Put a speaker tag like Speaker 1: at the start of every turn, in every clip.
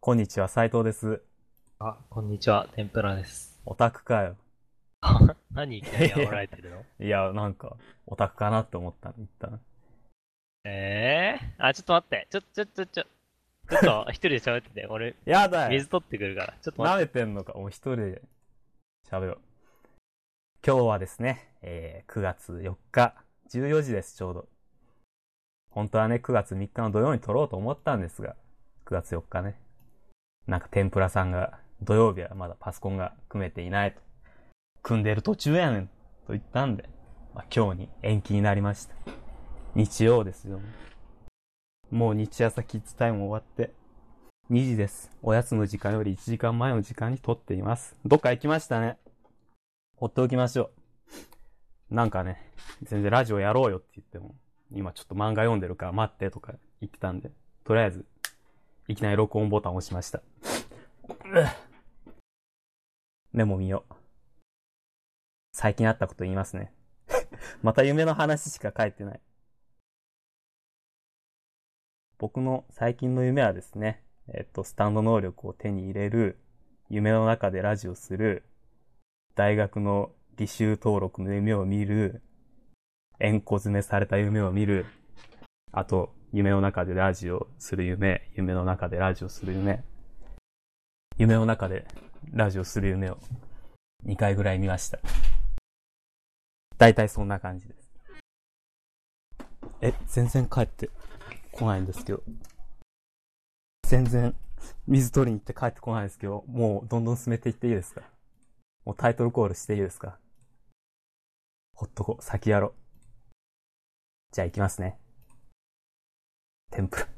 Speaker 1: こんにちは、斉藤です。
Speaker 2: あ、こんにちは、天ぷらです。
Speaker 1: オタクかよ。
Speaker 2: 何いきなり煽られてるの
Speaker 1: いや、なんか、オタクかなって思った、一旦。
Speaker 2: ええー、あ、ちょっと待って。ちょ、ちょ、ちょ、ちょ。ちょっと、一人で喋って て。俺、
Speaker 1: やだよ
Speaker 2: 水取ってくるから。ちょっと待
Speaker 1: 舐
Speaker 2: っ
Speaker 1: めてんのか。もう一人で喋ろう。今日はですね、えー9月4日、14時です、ちょうど。本当はね、9月3日の土曜に撮ろうと思ったんですが、9月4日ね。なんか天ぷらさんが、土曜日はまだパソコンが組めていないと。組んでる途中やねん、と言ったんで、まあ、今日に延期になりました。日曜ですよ。もう日朝キッズタイム終わって、2時です。おやつの時間より1時間前の時間にとっています。どっか行きましたね。ほっておきましょう。なんかね、全然ラジオやろうよって言っても、今ちょっと漫画読んでるから待ってとか言ってたんで、とりあえず、いきなり録音ボタンを押しました。 メモ見よう。最近あったこと言いますね。 また夢の話しか書いてない。僕の最近の夢はですね、えっと、スタンド能力を手に入れる、夢の中でラジオする、大学の履修登録の夢を見る、円弧詰めされた夢を見る、あと、夢の中でラジオする夢、夢の中でラジオする夢、夢の中でラジオする夢を2回ぐらい見ました。大体そんな感じです。え、全然帰ってこないんですけど。全然水取りに行って帰ってこないですけど、もうどんどん進めていっていいですかもうタイトルコールしていいですかほっとこう、先やろう。じゃあ行きますね。天ぷら。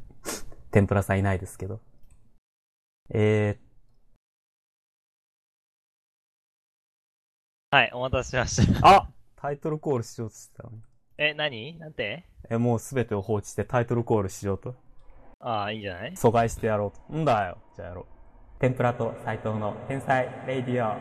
Speaker 1: 天ぷらさんいないですけど。え
Speaker 2: て。はい、お待たせしました。
Speaker 1: ー、あタイトルコールしようとしてたのに。
Speaker 2: え、何なんて
Speaker 1: え、もうすべてを放置してタイトルコールしようと。
Speaker 2: ああ、いいんじゃない
Speaker 1: 阻害してやろうと。んだよ。じゃあやろう。天ぷらと斎藤の天才レイディオ。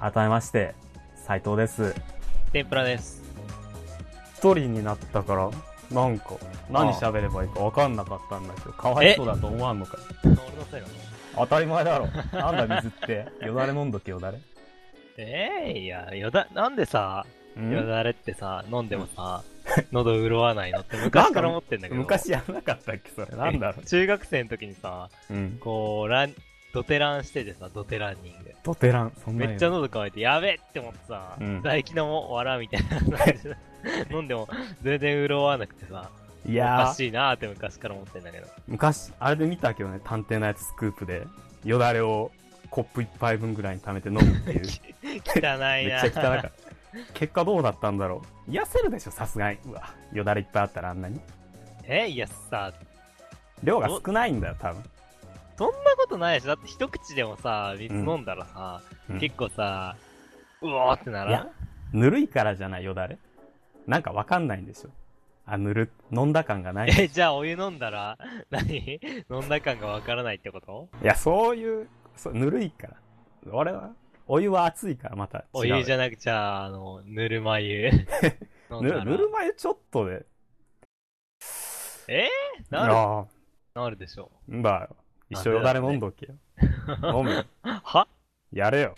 Speaker 1: 改めまして、斎藤です。
Speaker 2: 天ぷらです。
Speaker 1: 一人になったから、なんか、何喋ればいいか分かんなかったんだけど、かわいそうだと思わんのかよ
Speaker 2: 俺のせいなの
Speaker 1: 当たり前だろ。なんだ水って。 よだれ飲んどけよだれ。
Speaker 2: ええいや、よだ、なんでさ、
Speaker 1: うん
Speaker 2: よだれってさ、飲んでもさ、喉潤わ ないのって昔から思ってんだけど。
Speaker 1: 昔やらなかったっけそれ。なんだろ
Speaker 2: 中学生の時にさ、
Speaker 1: う。うん。
Speaker 2: こう、ラン、ドテランしててさ、ドテランニング。
Speaker 1: ドテラン、そんなん
Speaker 2: めっちゃ喉乾いて、やべえって思ってさ、
Speaker 1: うん
Speaker 2: 唾液のも笑うみたいな感 じで飲んでも全然潤わなくてさ、
Speaker 1: い
Speaker 2: お
Speaker 1: や
Speaker 2: か
Speaker 1: ー、
Speaker 2: しいなーって昔から思ってんだけど。
Speaker 1: 昔、あれで見たけどね、探偵のやつスクープで、よだれをコップ一杯分ぐらいに溜めて飲むって いう。
Speaker 2: 汚いな
Speaker 1: めっちゃ汚かった。結果どうだったんだろう。癒せるでしょ、さすがに。うわ、よだれいっぱいあったらあんなに。
Speaker 2: え、いやさ、
Speaker 1: 量が少ないんだよ、多分。
Speaker 2: そんなことないでしょ。だって一口でもさ、水
Speaker 1: うん
Speaker 2: 飲んだらさ、
Speaker 1: うん
Speaker 2: 結構さ、うおーってないら
Speaker 1: や
Speaker 2: ん、
Speaker 1: ぬるいからじゃないよだれ。なんかわかんないんでしょ。あ、ぬる、飲んだ感がない。い
Speaker 2: え、じゃあお湯飲んだら、 何飲んだ感がわからないってこと
Speaker 1: や、そういう、そうぬるいから。俺は、お湯は熱いからまた違う。
Speaker 2: お湯じ
Speaker 1: ゃ
Speaker 2: ゃなくちゃ、あの、ぬるま湯。飲 ん
Speaker 1: ぬ
Speaker 2: だら
Speaker 1: るぬるま湯ちょっとで。
Speaker 2: え
Speaker 1: い
Speaker 2: なる、
Speaker 1: や
Speaker 2: なるでしょ
Speaker 1: ーんだよ。一緒よだれ飲んどけよ。飲むよ。
Speaker 2: う。は
Speaker 1: やれよ。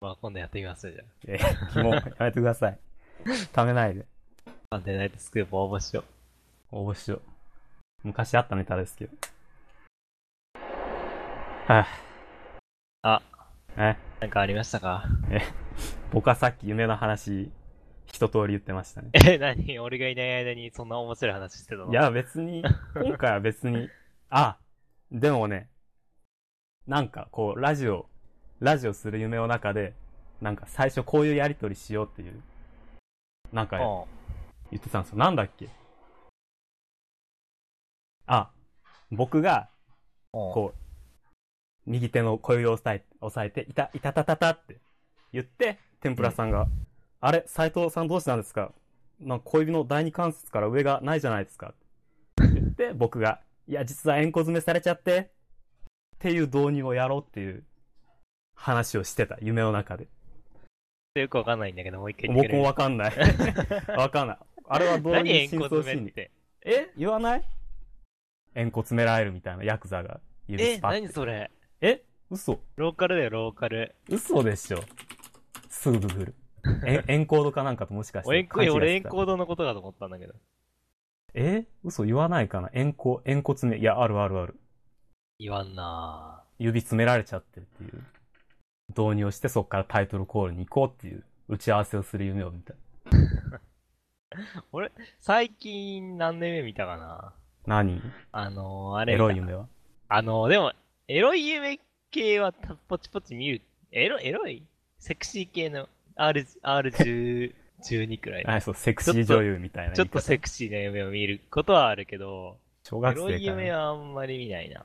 Speaker 2: まあ今度やってみますよじゃあ。
Speaker 1: え、もう、やめてください。ためないで。
Speaker 2: 探偵ナイトスクープ応募しよ
Speaker 1: 応募しよう。昔あったネタですけど。はあ、
Speaker 2: あ。
Speaker 1: え、
Speaker 2: う。なんかありましたか
Speaker 1: 僕はさっき夢の話、一通り言ってましたね。
Speaker 2: え、何俺がいない間にそんな面白い話してたの
Speaker 1: い、や、別に、今回は別に、あ、でもね、なんかこう、ラジオ、ラジオする夢の中で、なんか最初こういうやりとりしようっていう、なんか
Speaker 2: うん。
Speaker 1: 言ってたんですよ。なんだっけあ、僕が、
Speaker 2: こ
Speaker 1: こう、右手の小指を押さえ押さえて、いた、いたたたたって言って、天ぷらさんが、あれ、斎藤さんどうしたんですかなんか小指の第二関節から上がないじゃないですか。って言 って、僕が、いや、実は円弧詰めされちゃって、っていう導入をやろうっていう話をしてた、夢の中で。
Speaker 2: よくわかんないんだけど、もう一回言って
Speaker 1: 僕
Speaker 2: くれ
Speaker 1: も
Speaker 2: る。
Speaker 1: わかん ない。わかんない。あれはどう
Speaker 2: 何
Speaker 1: い
Speaker 2: 円
Speaker 1: う真
Speaker 2: 弧
Speaker 1: 相
Speaker 2: 詰
Speaker 1: 心
Speaker 2: めっ
Speaker 1: 理
Speaker 2: て。
Speaker 1: え言わない円弧詰められるみたいなヤクザが指
Speaker 2: え、
Speaker 1: スパッ
Speaker 2: 何それ
Speaker 1: え嘘
Speaker 2: ローカルだよ、ローカル。
Speaker 1: 嘘でしょ。すぐググる。 え、エンコードかなんかともしかして。
Speaker 2: 俺エンコ
Speaker 1: 勘違いしてた
Speaker 2: 俺エンコードのことかと思ったんだけど。
Speaker 1: え嘘言わないかなエンコ、エンコ詰め。いや、あるあるある。
Speaker 2: 言わんな
Speaker 1: 指詰められちゃってるっていう。導入をして、そこからタイトルコールに行こうっていう、打ち合わせをする夢を見た。
Speaker 2: ぁ俺、最近何年目見たかな
Speaker 1: 何
Speaker 2: あのー、あれ
Speaker 1: エ
Speaker 2: 見た
Speaker 1: ロい夢は。
Speaker 2: あのー、でも、エロい夢系はたポチポチ見る。エロ、エロいセクシー系の R、R10、12くらいの。
Speaker 1: あ、そう、セクシー女優みたいな
Speaker 2: ちょ
Speaker 1: 言
Speaker 2: っ
Speaker 1: い
Speaker 2: と
Speaker 1: 方。
Speaker 2: セクシーな夢を見ることはあるけど、
Speaker 1: 小
Speaker 2: エ
Speaker 1: 学生
Speaker 2: ロ
Speaker 1: か
Speaker 2: い夢
Speaker 1: な。
Speaker 2: はあんまり見ないな。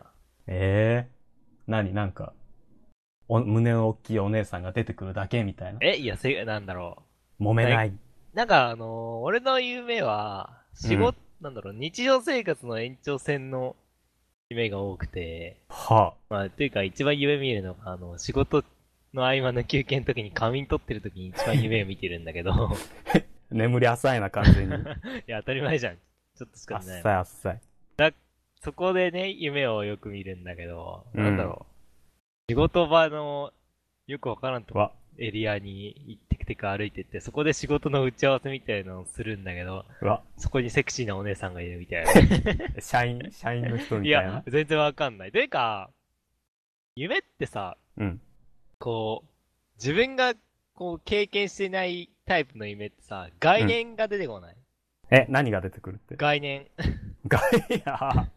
Speaker 1: ええ何なんか、お、胸の大きいお姉さんが出てくるだけみたいな。
Speaker 2: え、いや、せ、なんだろ
Speaker 1: 揉めない。
Speaker 2: う。なんか、あのー俺の夢は、仕事、なんだろう、日常生活の延長線の夢が多くて、
Speaker 1: は
Speaker 2: まあ、というか、一番夢見るのが、あの、仕事の合間の休憩の時に仮眠取ってる時に一番夢を見てるんだけど、
Speaker 1: あ、眠り浅いな、完 全に。
Speaker 2: いや、当たり前じゃん。ちょっとし
Speaker 1: あ
Speaker 2: か
Speaker 1: っ
Speaker 2: ない。
Speaker 1: さいあっさい。
Speaker 2: そこでね、夢をよく見るんだけど、
Speaker 1: うん
Speaker 2: なんだろう。仕事場の、よくわからんとこ
Speaker 1: わ、
Speaker 2: エリアに行ってくてか歩いてって、そこで仕事の打ち合わせみたいなのをするんだけど、
Speaker 1: わ、
Speaker 2: そこにセクシーなお姉さんがいる みたい
Speaker 1: 社員、社員の人
Speaker 2: な。
Speaker 1: み
Speaker 2: い
Speaker 1: たい
Speaker 2: や
Speaker 1: な、。
Speaker 2: 全然わかんない。というか、夢ってさ、
Speaker 1: うん。
Speaker 2: こう、自分がこう経験してないタイプの夢ってさ、概念が出てこない。
Speaker 1: え、何が出てくるって。
Speaker 2: 概念。
Speaker 1: ガイア、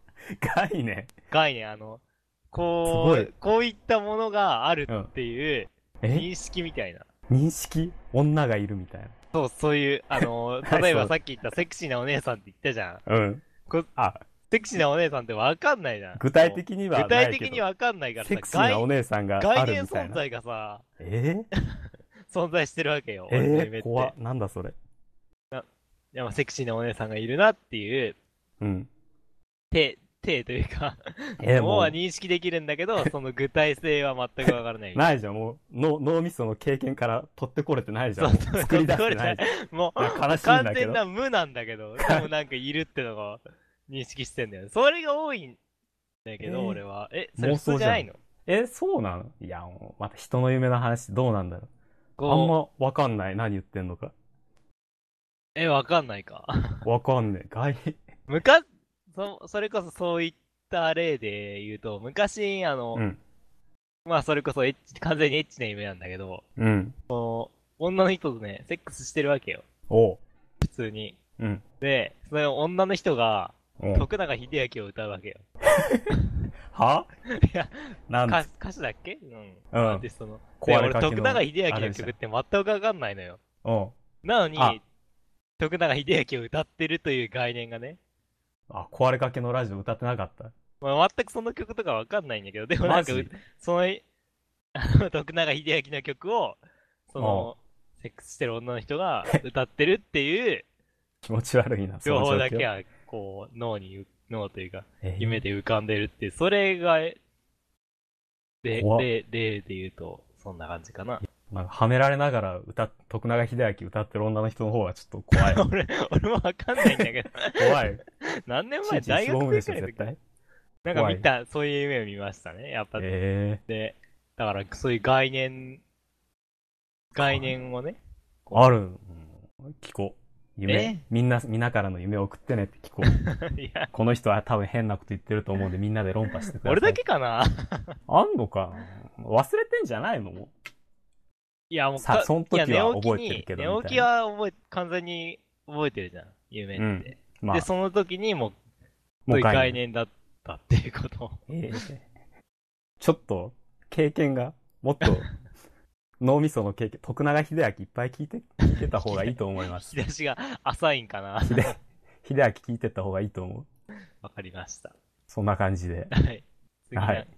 Speaker 1: ガイね。
Speaker 2: 概念、あの、
Speaker 1: す
Speaker 2: こ、
Speaker 1: ごいう
Speaker 2: こういったものがあるっていう
Speaker 1: え、
Speaker 2: 認識みたいな。
Speaker 1: 認識女がいるみたい
Speaker 2: そう、そういう、あの
Speaker 1: はい
Speaker 2: 例え
Speaker 1: そ
Speaker 2: ば
Speaker 1: う
Speaker 2: さっき言ったセクシーなお姉さんって言ったじゃん。
Speaker 1: な。うん。
Speaker 2: こ
Speaker 1: あ、
Speaker 2: セクシーなお姉さんってわかんないじゃん。
Speaker 1: 具体的に
Speaker 2: こう
Speaker 1: は
Speaker 2: 具
Speaker 1: な
Speaker 2: 体
Speaker 1: いけ
Speaker 2: 的
Speaker 1: ど
Speaker 2: にわかんないからさ
Speaker 1: セ、クシーなお姉さんが
Speaker 2: 概
Speaker 1: あ
Speaker 2: 概
Speaker 1: る
Speaker 2: 念
Speaker 1: みたい
Speaker 2: 存
Speaker 1: な。
Speaker 2: 在がさ、
Speaker 1: えー
Speaker 2: 存在してるわけよ。俺の夢
Speaker 1: え
Speaker 2: って
Speaker 1: ー、怖っなんだそれ。
Speaker 2: いやまあセクシーなお姉さんがいるなっていう、
Speaker 1: うん。
Speaker 2: 手、手というか、
Speaker 1: えー
Speaker 2: 脳
Speaker 1: も
Speaker 2: は
Speaker 1: う、
Speaker 2: 認識できるんだ けど、その具体性は全くわからない。
Speaker 1: ないじゃん。もう、脳脳みその経験から取ってこれてないじゃん。
Speaker 2: そ
Speaker 1: も
Speaker 2: うそう
Speaker 1: う作り出してないじゃん。
Speaker 2: もう、
Speaker 1: いや悲しいん
Speaker 2: 完
Speaker 1: だけ
Speaker 2: 全
Speaker 1: ど。
Speaker 2: な無なんだけど、でもなんかいるってのが認識してんだよね。それが多いんだけど、
Speaker 1: えー
Speaker 2: 俺は。え、それ
Speaker 1: 妄
Speaker 2: 普
Speaker 1: 想じ
Speaker 2: 通じ
Speaker 1: ゃん
Speaker 2: ゃないの
Speaker 1: え、そうなのいや、もう、また人の夢の話どうなんだろう。あん
Speaker 2: こう、
Speaker 1: まわかんない。何言ってんのか。
Speaker 2: え、わかんないか。
Speaker 1: わかんねえ。外、
Speaker 2: むか、そ、それこそそういった例で言うと、昔、あの、
Speaker 1: うん。
Speaker 2: まあそれこそエッチ、完全にエッチな夢なんだけど、
Speaker 1: うん。
Speaker 2: 女の人とね、セックスしてるわけよ。
Speaker 1: おう。
Speaker 2: 普通に。
Speaker 1: うん。
Speaker 2: で、その女の人が、
Speaker 1: おう
Speaker 2: 徳永秀明を歌うわけよ。
Speaker 1: はい
Speaker 2: や
Speaker 1: なん
Speaker 2: 歌
Speaker 1: で
Speaker 2: 歌手だっけうん。
Speaker 1: うん
Speaker 2: アーティストの。で、
Speaker 1: 壊れ
Speaker 2: 俺、
Speaker 1: かけの
Speaker 2: 徳永秀明
Speaker 1: あれ
Speaker 2: の
Speaker 1: でした
Speaker 2: 曲って全くわかんないのよ。
Speaker 1: おう
Speaker 2: なの
Speaker 1: あ
Speaker 2: に、徳永秀明を歌ってるという概念がね、
Speaker 1: あ、壊れかけのラジオ歌ってなかった。
Speaker 2: まあ、全くその曲とかわかんないんだけど、でもな
Speaker 1: マ
Speaker 2: んか
Speaker 1: ジ
Speaker 2: う、その、あの徳永秀明の曲を、その、セックスしてる女の人が歌ってるっていう、
Speaker 1: 気持ち悪いな、そ
Speaker 2: 情
Speaker 1: の状
Speaker 2: 報
Speaker 1: 況
Speaker 2: だけは、こう、脳に、脳というか、
Speaker 1: えー
Speaker 2: 夢で浮かんでるっていう、それが、で、で
Speaker 1: 怖っ、
Speaker 2: 例で言うと、そんな感じかな。
Speaker 1: なんか、はめられながら歌っ、徳永秀明歌ってる女の人の方がちょっと 怖い。
Speaker 2: 俺、俺もわかんないんだけど、
Speaker 1: 怖い。
Speaker 2: 何年
Speaker 1: ち
Speaker 2: 前、
Speaker 1: んちん
Speaker 2: 大
Speaker 1: しぼむで
Speaker 2: 学
Speaker 1: し
Speaker 2: 生
Speaker 1: ょ、
Speaker 2: くらいの
Speaker 1: 絶
Speaker 2: 時
Speaker 1: 対。
Speaker 2: なんか見た、そういう夢を見ましたね。やっぱ、
Speaker 1: え
Speaker 2: で、だからそういう概念、概念をね、
Speaker 1: ー、ある。うん聞こう。夢
Speaker 2: え。
Speaker 1: みんな、みんなからの夢を送ってねって聞こう。
Speaker 2: いや、
Speaker 1: この人は多分変なこと言ってると思うんで、みんなで論破してください。
Speaker 2: 俺だけかな
Speaker 1: あんのかな忘れてんじゃないのも
Speaker 2: いや、もう
Speaker 1: さ
Speaker 2: か
Speaker 1: その時はい
Speaker 2: や寝起きに
Speaker 1: 覚えてるけどみたいな
Speaker 2: 寝起きは覚え、完全に覚えてるじゃん、夢って。
Speaker 1: うんうまあ
Speaker 2: で、、その時にもう、
Speaker 1: も
Speaker 2: そう
Speaker 1: う
Speaker 2: いう概
Speaker 1: 概念。
Speaker 2: 念だったっていうこと を。
Speaker 1: えーちょっと、経験が、もっ と、脳みその経験、徳永秀明いっぱい聞いて、聞いてた方がいいと思い ます。
Speaker 2: 引き出しが浅いん かな
Speaker 1: 秀秀明聞いてった方がいいと思う。
Speaker 2: わかりました。
Speaker 1: そんな感じで。
Speaker 2: はい。次な
Speaker 1: はい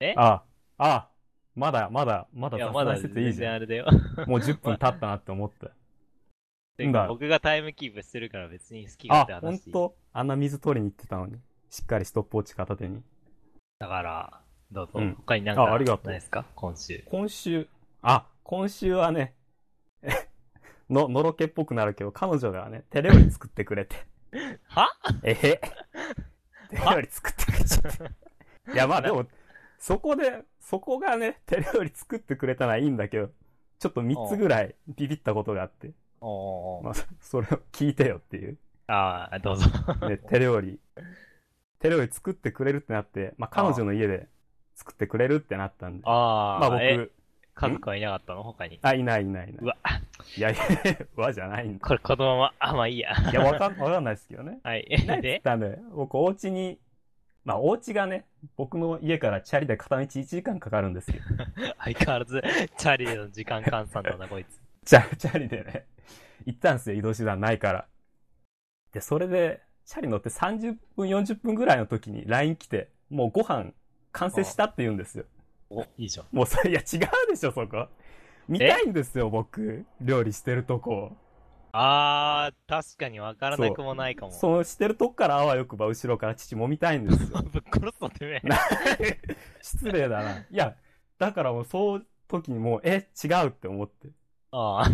Speaker 2: え
Speaker 1: あ、あ、まだ、まだ、まだ
Speaker 2: いや、
Speaker 1: 雑
Speaker 2: まだ
Speaker 1: 談してていい
Speaker 2: 全
Speaker 1: じ
Speaker 2: 然
Speaker 1: ゃん。
Speaker 2: あれだよ。
Speaker 1: もう10分経ったなって思 った。
Speaker 2: ていうか
Speaker 1: なんだ
Speaker 2: 僕がタイムキープしてるから別に好き勝手
Speaker 1: あ、ほ
Speaker 2: 話
Speaker 1: ん
Speaker 2: していい。
Speaker 1: とあんな水取りに行ってたのに。しっかりストップウォッチ片手に。
Speaker 2: だから、どうぞ。
Speaker 1: うん
Speaker 2: 他に何か
Speaker 1: あありがとう
Speaker 2: ないですか今週。
Speaker 1: 今週、あ、今週はね、 の、のろけっぽくなるけど、彼女がね、手料理作ってくれて。
Speaker 2: は
Speaker 1: えへ。手料理作ってくれちゃって。い や、まあでも、そこで、そこがね、手料理作ってくれたのはいいんだけど、ちょっと3つぐらいビビったことがあって、
Speaker 2: おー
Speaker 1: まあ、そそれを聞いてよっていう。
Speaker 2: ああ、どうぞ。
Speaker 1: ね、手料理。手料理作ってくれるってなって、まあ彼女の家で作ってくれるってなったんで。
Speaker 2: ああ、
Speaker 1: まあ
Speaker 2: え、
Speaker 1: 僕、
Speaker 2: 家族はいなかったの他に。
Speaker 1: あ、いないいないいな
Speaker 2: う
Speaker 1: い。
Speaker 2: わ、
Speaker 1: いやいや、わじゃないんだ。
Speaker 2: これこのまま、あ、まあいいや。
Speaker 1: いや、わかん、わかんないですけどね。
Speaker 2: はい。
Speaker 1: ないっつっ
Speaker 2: で、
Speaker 1: たんで、僕、お家に、まあ、お家がね、僕の家からチャリで片道1時間かかるんですけど、
Speaker 2: 相変わらず、チャーリーの時間換算だな、こいつ。
Speaker 1: チャチャリでね、行ったんですよ、移動手段ないから。で、それで、チャリ乗って30分、40分ぐらいの時に LINE 来て、もうご飯完成したって言うんですよ。
Speaker 2: お、いいじゃん。
Speaker 1: もうそれ、いや、違うでしょ、そこ。見たいんですよ、僕。料理してるとこ。
Speaker 2: ああ、確かにわからなくもないかも。
Speaker 1: そのしてるとこからあわよくば後ろから父もみたいんですよ。
Speaker 2: ぶっ殺すのてめえ。
Speaker 1: 失礼だな。いや、だからもうそう時にもう、え、違うって思って、
Speaker 2: ああ、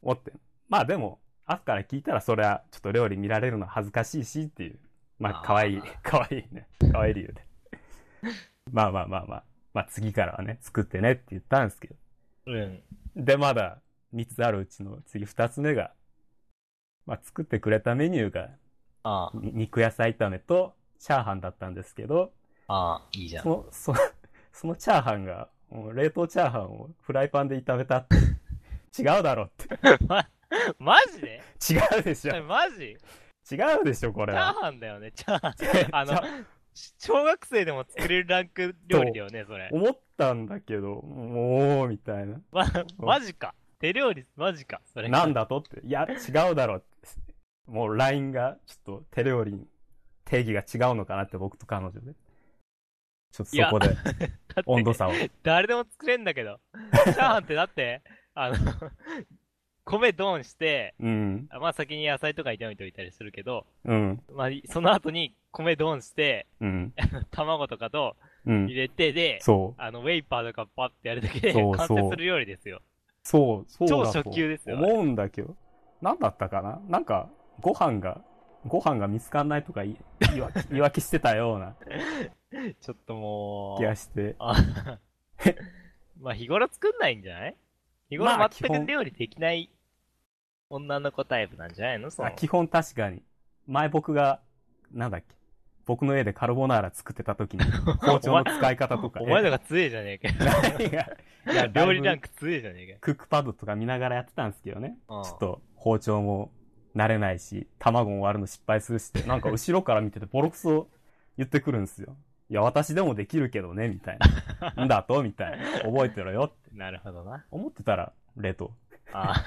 Speaker 1: 思って。まあでも、アスから聞いたらそりゃ、ちょっと料理見られるのは恥ずかしいしっていう。ま
Speaker 2: あ
Speaker 1: あ、
Speaker 2: ー
Speaker 1: かわいい、かわいいね。かわいい理由で。まあまあまあまあ。まあ次からはね、作ってねって言ったんですけど。
Speaker 2: うん。
Speaker 1: で、まだ3つあるうちの次2つ目が、まあ作ってくれたメニューが、
Speaker 2: あ
Speaker 1: に肉野菜炒めとチャーハンだったんですけど、
Speaker 2: あ、ああ、いいじゃん
Speaker 1: そ。の、その、そのチャーハンが、もう冷凍チャーハンをフライパンで炒めたって。違うだろって。
Speaker 2: マジで
Speaker 1: 違うでしょ。
Speaker 2: マジ
Speaker 1: 違うでしょ、これ
Speaker 2: チャー
Speaker 1: は。
Speaker 2: ハンだよね、チャーハン。 あの、小学生でも作れるランク料理だよね、それ。
Speaker 1: 思ったんだけど、もう、みたいな。
Speaker 2: ま、マジか。手料理、マジか。それ。
Speaker 1: なんだとって。いや、違うだろって。もう LINE が、ちょっと手料理に定義が違うのかなって、僕と彼女で。ちょっとそこで
Speaker 2: だって
Speaker 1: 温度 差を。
Speaker 2: 誰でも作れんだ けど。チャーハンってだって、あの、米ドンして、
Speaker 1: うん。
Speaker 2: まあ先に野菜とか炒めておいたりするけど、
Speaker 1: うん。
Speaker 2: まあその後に米ドンして、
Speaker 1: うん。
Speaker 2: 卵とかと
Speaker 1: うん
Speaker 2: 入。れてで、
Speaker 1: そう。
Speaker 2: あの、ウェイパーとかパッてやるだけで
Speaker 1: そう
Speaker 2: 完
Speaker 1: そう
Speaker 2: 成する料理ですよ。
Speaker 1: そう、そう
Speaker 2: 超
Speaker 1: だと
Speaker 2: 初級ですよ
Speaker 1: 思うんだけど。なんだったかななんか、ご飯が、ご飯が見つかんないとか言い言い訳 言い訳してたような
Speaker 2: ちょっともう。
Speaker 1: 気がして。
Speaker 2: あまあ日頃作んないんじゃない日頃
Speaker 1: まあ基
Speaker 2: 全
Speaker 1: 本
Speaker 2: く料理できない女の子タイプなんじゃないのその
Speaker 1: あ基本確かに。前僕が、なんだっけ。僕の家でカルボナーラ作ってた 時に、包丁の使い方とか。
Speaker 2: お前の
Speaker 1: が、
Speaker 2: が強えじゃねえかよ。
Speaker 1: 何がいや、
Speaker 2: 料理ラン
Speaker 1: ク。
Speaker 2: ク強えじゃねえか
Speaker 1: クックパッドとか見ながらやってたんですけどね。
Speaker 2: よ。
Speaker 1: ちょっと包丁も慣れないし、卵も割るの失敗するしって、なんか後ろから見ててボロクソ言ってくるんですよ。いや、私でもできるけどね、みたい な。んだとみたいな。覚えてろよって
Speaker 2: うんなるほ どな。
Speaker 1: 思ってたら、冷凍。
Speaker 2: あ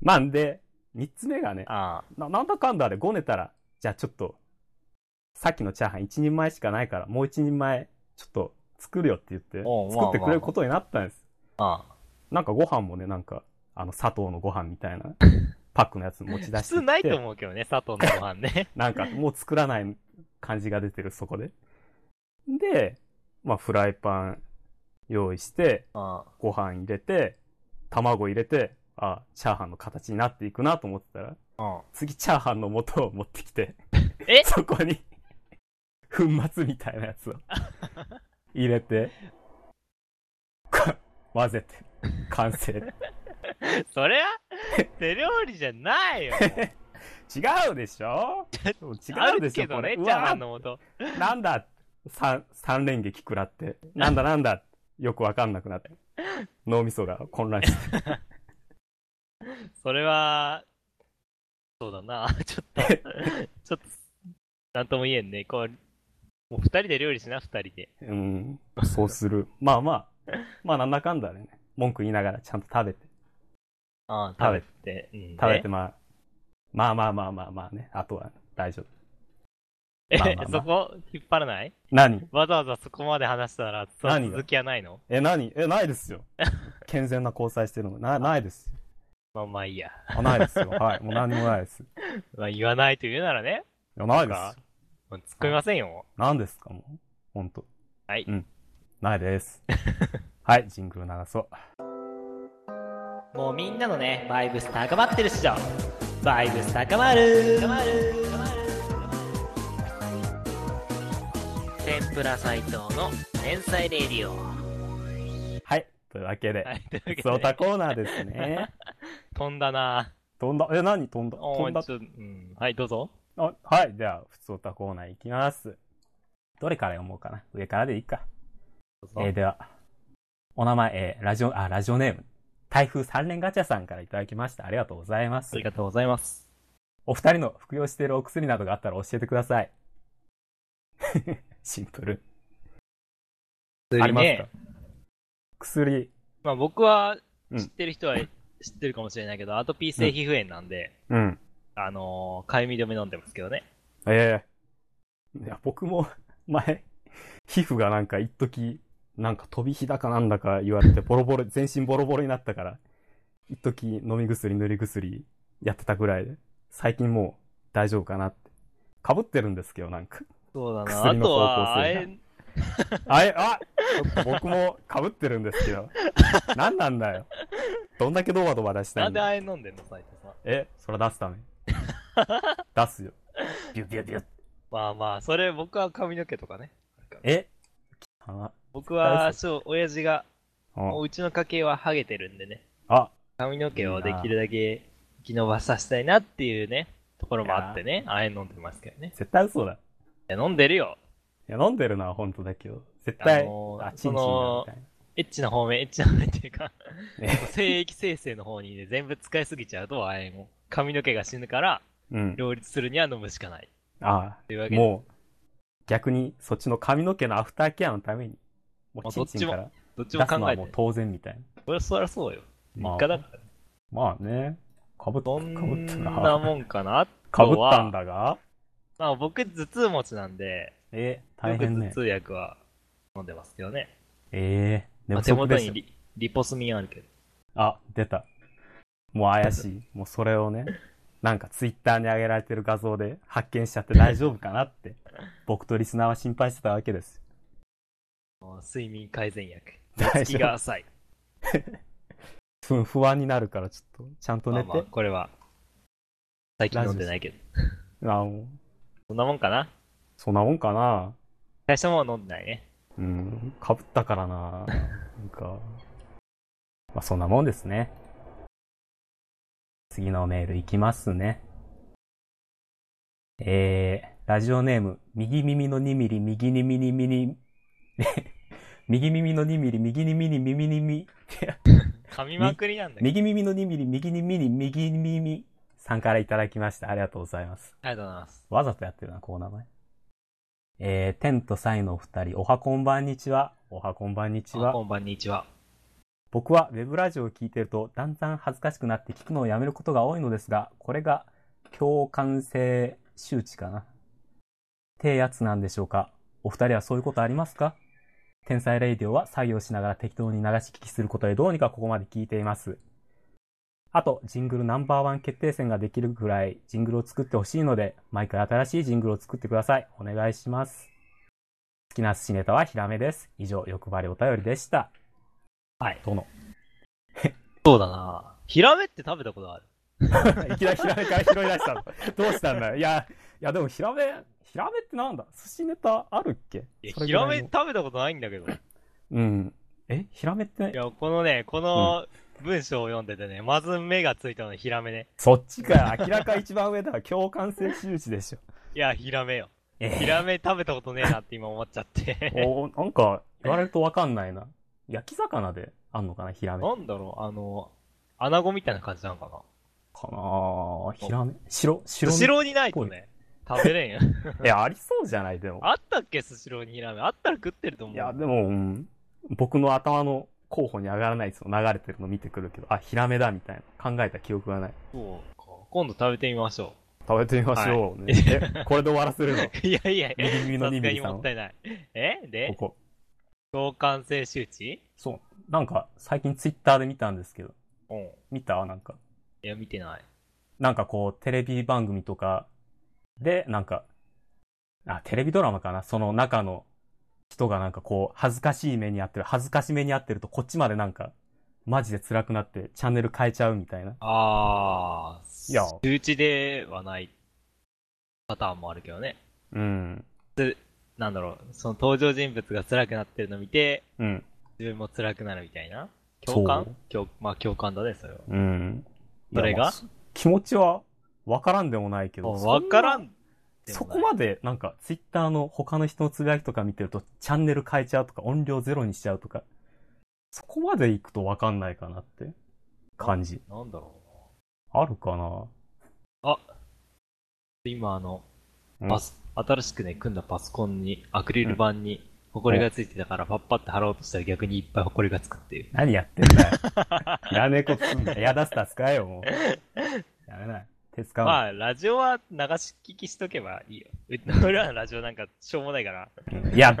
Speaker 1: まあんで、三つ目がね
Speaker 2: あ、、ああ、
Speaker 1: ななんだかんだでごねたら、じゃあちょっと、さっきのチャーハン一人前しかないから、もう一人前、ちょっと作るよって言って
Speaker 2: おう、まあ
Speaker 1: 作ってくれることになったんです。
Speaker 2: あ
Speaker 1: なんかご飯もね、なんか、あの、砂糖のご飯みたい な、パックのやつ持ち出してきて
Speaker 2: あ。。普通ないと思うけどね、佐藤のご飯 ね。
Speaker 1: なんかもう作らない感じが出てる、そこで。で、まあフライパン用意して、
Speaker 2: あ
Speaker 1: ご飯入れて、卵入れて、あ、チャーハンの形になっていくなと思ってたら、
Speaker 2: あ、うん。
Speaker 1: 次チャーハンの素を持ってきて、
Speaker 2: え
Speaker 1: そこに、粉末みたいなやつ を入れて、か混ぜて、完成。
Speaker 2: それは手料理じゃないよ。もう
Speaker 1: 違うでしょ
Speaker 2: あ
Speaker 1: 違う
Speaker 2: る
Speaker 1: でし
Speaker 2: け
Speaker 1: ょ
Speaker 2: ど
Speaker 1: これ。
Speaker 2: ね、チ
Speaker 1: う
Speaker 2: ャ
Speaker 1: わ
Speaker 2: ーハンの素。
Speaker 1: なんだ三、三連撃食らって。なんだなんだよくわかんなくなって。脳みそが混乱して。
Speaker 2: それは、そうだな、 ちょっと、ちょっと、なんとも言えんね。こう、もう二人で料理しな、二人で。
Speaker 1: うん。そうする。まあまあ。まあなんだかんだでね。文句言いながらちゃんと食べて。
Speaker 2: あ
Speaker 1: 食べ
Speaker 2: 食べて。うん
Speaker 1: 食べてまあ。まあまあまあまあまあね。あとは大丈夫。
Speaker 2: え、
Speaker 1: まあまあまあ
Speaker 2: そこ引っ張らない
Speaker 1: 何
Speaker 2: わざわざそこまで話したら、その
Speaker 1: 何が
Speaker 2: 続きはないの
Speaker 1: え、何え、ないですよ。健全な交際してるの。な、ないですよ。
Speaker 2: まあまあいいや。
Speaker 1: あ、ないですよ。はい。もう何もないです。い
Speaker 2: まあ言わないと言うならね、
Speaker 1: や、ないですよ
Speaker 2: なん。もう突っ込みませんよ。
Speaker 1: 何ですか、もう。ほんと。
Speaker 2: はい
Speaker 1: うん。ないです。 はい、ジングル流そう。
Speaker 2: もうみんなのね、バイブス高まってるっしょ。バイブス高まる高まる天ぷら斎藤の天才レディオ。
Speaker 1: はい。というわけで、
Speaker 2: はい、というわけ
Speaker 1: そう
Speaker 2: で、
Speaker 1: たコーナーですね。
Speaker 2: 飛んだな
Speaker 1: 飛んだ、え、何飛んだ
Speaker 2: お
Speaker 1: 飛
Speaker 2: ー
Speaker 1: んだ
Speaker 2: ちょっとうん、はい、どうぞ。
Speaker 1: あはい、じゃあ、普通歌コーナーいきます。どれから読もうかな上からでいいか。
Speaker 2: どうぞ
Speaker 1: えーでは、お名前、えーラジオ、あ、ラジオネーム、台風三連ガチャさんからいただきました。ありがとうございます
Speaker 2: あり。がとうございます。
Speaker 1: お二人の服用しているお薬などがあったら教えてくだ さい。シンプル。ありますか薬。
Speaker 2: まあ僕は
Speaker 1: うん
Speaker 2: 知ってる人は知ってるかもしれないけど、アトピー性皮膚炎なんで、
Speaker 1: うん。
Speaker 2: あのー、かゆみ止め飲んでますけどね。
Speaker 1: ええいや、僕も、 前、皮膚がなんか一時、なんか飛び火だかなんだか言われて、ボロボロ、全身ボロボロになったから、一時飲み薬、塗り薬やってたぐらいで、最近もう大丈夫かなって。被ってるんですけど、なんか。
Speaker 2: そうだな。あ
Speaker 1: 薬の
Speaker 2: と
Speaker 1: 方
Speaker 2: は、
Speaker 1: 向
Speaker 2: あ
Speaker 1: 性が
Speaker 2: れ、
Speaker 1: あえ、あちょっと僕も被ってるんですけど。何なんだよ。どんだけドバドバ出した
Speaker 2: ないん
Speaker 1: ん
Speaker 2: で
Speaker 1: だ
Speaker 2: あれ飲んでんの、斉藤さん。
Speaker 1: え、それ出すため。出すよ。ビュビュビュって。
Speaker 2: まあまあ、それ僕は髪の毛とかね。
Speaker 1: え あ
Speaker 2: 僕は、
Speaker 1: 大丈
Speaker 2: そう、親父が、も
Speaker 1: あ
Speaker 2: ううちの家系はハゲてるんでね、
Speaker 1: あ、
Speaker 2: 髪の毛をできるだけ生き延ばさせたいなっていうね、ところもあってね、あれ飲んでますけどね。
Speaker 1: 絶対嘘だ。
Speaker 2: いや飲んでるよ。
Speaker 1: いや、飲んでるのは本当だけど、絶対、
Speaker 2: あのー
Speaker 1: あ、チンチンだみたいな。
Speaker 2: エッチな方面、エッチな方面っていうか、
Speaker 1: ね
Speaker 2: 精液生成の方にね、全部使いすぎちゃうと、あれも、髪の毛が死ぬから、
Speaker 1: うん。
Speaker 2: 両立するには飲むしかない。
Speaker 1: あ
Speaker 2: というわ
Speaker 1: あ、
Speaker 2: けで、
Speaker 1: もう、逆に、そっちの髪の毛のアフターケアのために、もう
Speaker 2: もう
Speaker 1: チンチンから
Speaker 2: どっち
Speaker 1: 出
Speaker 2: も
Speaker 1: すの
Speaker 2: 考
Speaker 1: は
Speaker 2: え
Speaker 1: もう
Speaker 2: て、
Speaker 1: 当然みたいな。
Speaker 2: そりゃそりゃそうよ。
Speaker 1: ま
Speaker 2: 3
Speaker 1: あ
Speaker 2: 日だから。
Speaker 1: まあね、かぶっ
Speaker 2: そ
Speaker 1: かぶった
Speaker 2: んな
Speaker 1: な。
Speaker 2: もんかな。あ
Speaker 1: か
Speaker 2: と
Speaker 1: ぶっ
Speaker 2: は
Speaker 1: たんだが、
Speaker 2: まあ僕、頭痛持ちなんで、
Speaker 1: え、
Speaker 2: よ
Speaker 1: 大
Speaker 2: く
Speaker 1: 変
Speaker 2: 頭
Speaker 1: ね。
Speaker 2: 痛薬は飲んでますけどね。
Speaker 1: ええ寝
Speaker 2: まあ、
Speaker 1: 不
Speaker 2: 手
Speaker 1: 足
Speaker 2: 元
Speaker 1: で
Speaker 2: に
Speaker 1: しょ
Speaker 2: リリポスミンあるけど。
Speaker 1: あ、出た。もう怪しい。もうそれをね、なんかツイッターに上げられてる画像で発見しちゃって大丈夫かなって、僕とリスナーは心配してたわけです。
Speaker 2: もう睡眠改善薬。
Speaker 1: 大
Speaker 2: 気
Speaker 1: 丈
Speaker 2: が浅い。
Speaker 1: 夫。うん不安になるからちょっと、ちゃんと
Speaker 2: まあ
Speaker 1: 寝
Speaker 2: まあ、
Speaker 1: て。
Speaker 2: これは。最近飲んでないけど。
Speaker 1: ああ、もう
Speaker 2: そんなもんかな
Speaker 1: そんなもんかな。
Speaker 2: 最初もう飲んでないね。
Speaker 1: うん、かぶったからな。なんか、まあそんなもんですね。次のメールいきますね。えー、ラジオネーム、右耳の2ミリ、右耳にミニ、 右耳の2ミリ、右にミニ、耳にミ、
Speaker 2: 噛みまくりなんだけど。
Speaker 1: 右耳の2ミリ、右にミニ、右に耳さんからいただきました。ありがとうございます。
Speaker 2: ありがとうございます。
Speaker 1: わざとやってるな、こう名前。えー、テンとサイのお二人、おはこんばんにちは。おはこんばんにち
Speaker 2: あ
Speaker 1: は
Speaker 2: こ。んばんにちは。
Speaker 1: 僕はウェブラジオを聞いてると、だんだん恥ずかしくなって聞くのをやめることが多いのですが、これが共感性周知かな。ってやつなんでしょうか。お二人はそういうことありますか天才レイディオは作業しながら適当に流し聞きすることでどうにかここまで聞いています。あと、ジングルナンバーワン決定戦ができるぐらい、ジングルを作ってほしいので、毎回新しいジングルを作ってください。お願いします。好きな寿司ネタはヒラメです。以上、欲張りお便りでした。
Speaker 2: はい。
Speaker 1: どうの
Speaker 2: そうだなヒラメって食べたことある
Speaker 1: いきなりヒラメから拾い出したの。どうしたんだよ。いや、いやでもヒラメ、ヒラメってなんだ寿司ネタあるっけ
Speaker 2: いや
Speaker 1: それ
Speaker 2: ヒ
Speaker 1: ぐ
Speaker 2: ラ
Speaker 1: ら
Speaker 2: メ
Speaker 1: いの
Speaker 2: 食べたことないんだけど。い
Speaker 1: うん。えヒラメって、
Speaker 2: や、このね、この文章を読んでてね、まず目がついたのはヒラメね。
Speaker 1: そっちか。明らか一番上だ。共感性周知でしょ。
Speaker 2: いや、ヒラメよ。
Speaker 1: え
Speaker 2: ヒラメ食べたことねえなって今思っち ゃって。
Speaker 1: おなんか、言われるとわかんないな。焼き魚であんのかなヒラメ。
Speaker 2: なんだろう、あの、穴子みたいな感じなのか
Speaker 1: かなぁヒラメ白
Speaker 2: な。
Speaker 1: 白
Speaker 2: ス
Speaker 1: 身
Speaker 2: シローにないとね、食べれんよ。
Speaker 1: いや、ありそうじゃない、でも。
Speaker 2: あったっけ、スシローにヒラメ。あったら食ってると思。
Speaker 1: いうや、でも、うん僕の頭の候補に上がらないですよ。流れてるの見てくるけど、あ、ヒラメだ、みたいな。考えた記憶がない。
Speaker 2: そうか。今度食べてみましょ
Speaker 3: 食べてみましょう、ねえ、これで終わらせ るの
Speaker 2: いやいやいや、
Speaker 1: 右耳の
Speaker 2: さ
Speaker 1: ニビ
Speaker 2: すが
Speaker 1: リ
Speaker 2: に
Speaker 1: さん
Speaker 2: も
Speaker 1: を
Speaker 2: ったいない。え
Speaker 1: こ
Speaker 2: で、
Speaker 1: こ。
Speaker 2: 共感性周知
Speaker 1: そう。なんか、最近ツイッターで見たんですけど、
Speaker 2: うん。い
Speaker 1: 見たなんか、
Speaker 2: や、見てない。
Speaker 1: なんかこう、テレビ番組とかで、なんか、あ、テレビドラマかなその中の人がなんかこう、恥ずかしい目にあってる、恥ずかしめにあってると、こっちまでなんか、マジで辛くなって、チャンネル変えちゃうみたいな。
Speaker 2: あー、
Speaker 1: いや
Speaker 2: 周知ではないパターンもあるけどね。
Speaker 1: うん。
Speaker 2: なんだろう、その登場人物が辛くなってるの見て、
Speaker 1: うん。
Speaker 2: 自分も辛くなるみたいな。
Speaker 1: そう
Speaker 2: 共感共まあ共感だね、それは。
Speaker 1: うん。
Speaker 2: それが
Speaker 1: いやまあそ気持ちは、わからんでもないけど。
Speaker 2: わから
Speaker 1: ん
Speaker 2: ん
Speaker 1: そこまで、なんか、ツイッターの他の人のつぶやきとか見てると、チャンネル変えちゃうとか、音量ゼロにしちゃうとか、そこまで行くとわかんないかなって感じ。
Speaker 2: な。なんだろうな。
Speaker 1: あるかな
Speaker 2: 今あの、
Speaker 1: うん
Speaker 2: パス、新しくね、組んだパソコンに、アクリル板に、ホコリがついてたから、パッパって貼ろうとしたら逆にいっぱいホコリがつくっていう。
Speaker 1: 何やってんだ よ。いらねえことすんだよ。やだすた使えよ、もう。やめない。手使うな。
Speaker 2: まあ、ラジオは流し聞きしとけばいいよ。う俺らのラジオなんかしょうもないから。
Speaker 1: うんいや、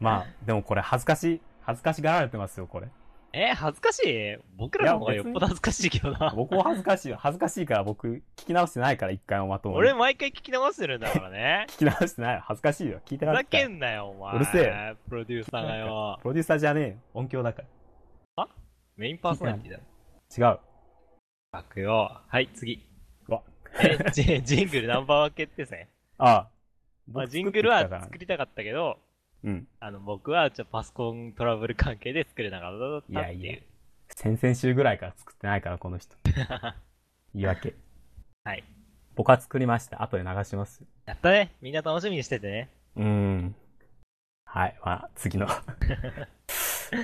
Speaker 1: まあ、でもこれ恥ずかしい。恥ずかしがられてますよ、これ。
Speaker 2: えー恥ずかしい僕らの方がよっぽど恥ずかしいけどな。
Speaker 1: 僕も恥ずかしいよ。恥ずかしいから僕、聞き直してないから、一回もまともに。。
Speaker 2: 俺毎回聞き直してるんだからね
Speaker 1: 聞き直してないよ。恥ずかしいよ。聞いて
Speaker 2: ふ
Speaker 1: なか
Speaker 2: ざ
Speaker 1: っ
Speaker 2: け
Speaker 1: た。
Speaker 2: んなよ、お前。
Speaker 1: うるせえ。
Speaker 2: プロデューサーがよ。
Speaker 1: プロデューサーじゃねえよ。音響だから。
Speaker 2: メインパーソナリティだよ。
Speaker 1: 違う。
Speaker 2: 書くよ。はい、次。
Speaker 1: わ。
Speaker 2: え、ジジングルナンバーワン決定戦。
Speaker 1: ああ。
Speaker 2: まあ、
Speaker 1: 僕
Speaker 2: ジングルは
Speaker 1: 作って
Speaker 2: 作りたかったけど、
Speaker 1: きたからねうん。
Speaker 2: あの、僕は、ちょ、パソコントラブル関係で作れなかったっていう。
Speaker 1: いやいや先々週ぐらいから作ってないから、この 人。言い訳。
Speaker 2: はい。
Speaker 1: 僕は作りました。後で流しますよ。
Speaker 2: やったね。みんな楽しみにしててね。
Speaker 1: うーん。はい。まあ、次 の。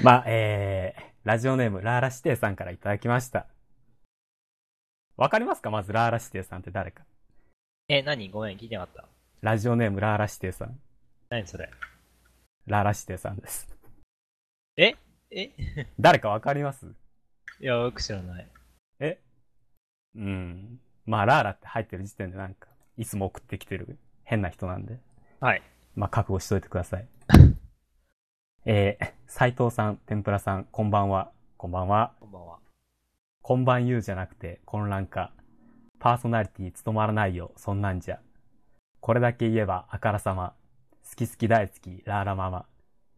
Speaker 1: まあ、えー、ラジオネーム、ラーラシテイさんからいただきました。わかりますかまず、ラーラシテイさんって誰か。
Speaker 2: え、何ごめん、聞いてなかった。
Speaker 1: ラジオネーム、ラーラシテイさん。
Speaker 2: 何それ。
Speaker 1: ラーラシテイさんです。
Speaker 2: えい
Speaker 1: 誰かわかります
Speaker 2: や、よく知らない。
Speaker 1: うん。まあ、ラーラって入ってる時点でなんか、いつも送ってきてる変な人なんで。
Speaker 2: はい。
Speaker 1: まあ、覚悟しといてくだ さい。えー、斎藤さん、天ぷらさん、こんばんは。こんばんは。
Speaker 2: こんばんは。
Speaker 1: こんばん言うじゃなくて、混乱か。パーソナリティ務まらないよ、そんなんじゃ。これだけ言えば、あからさま。好き好き大好き、ラーラママ。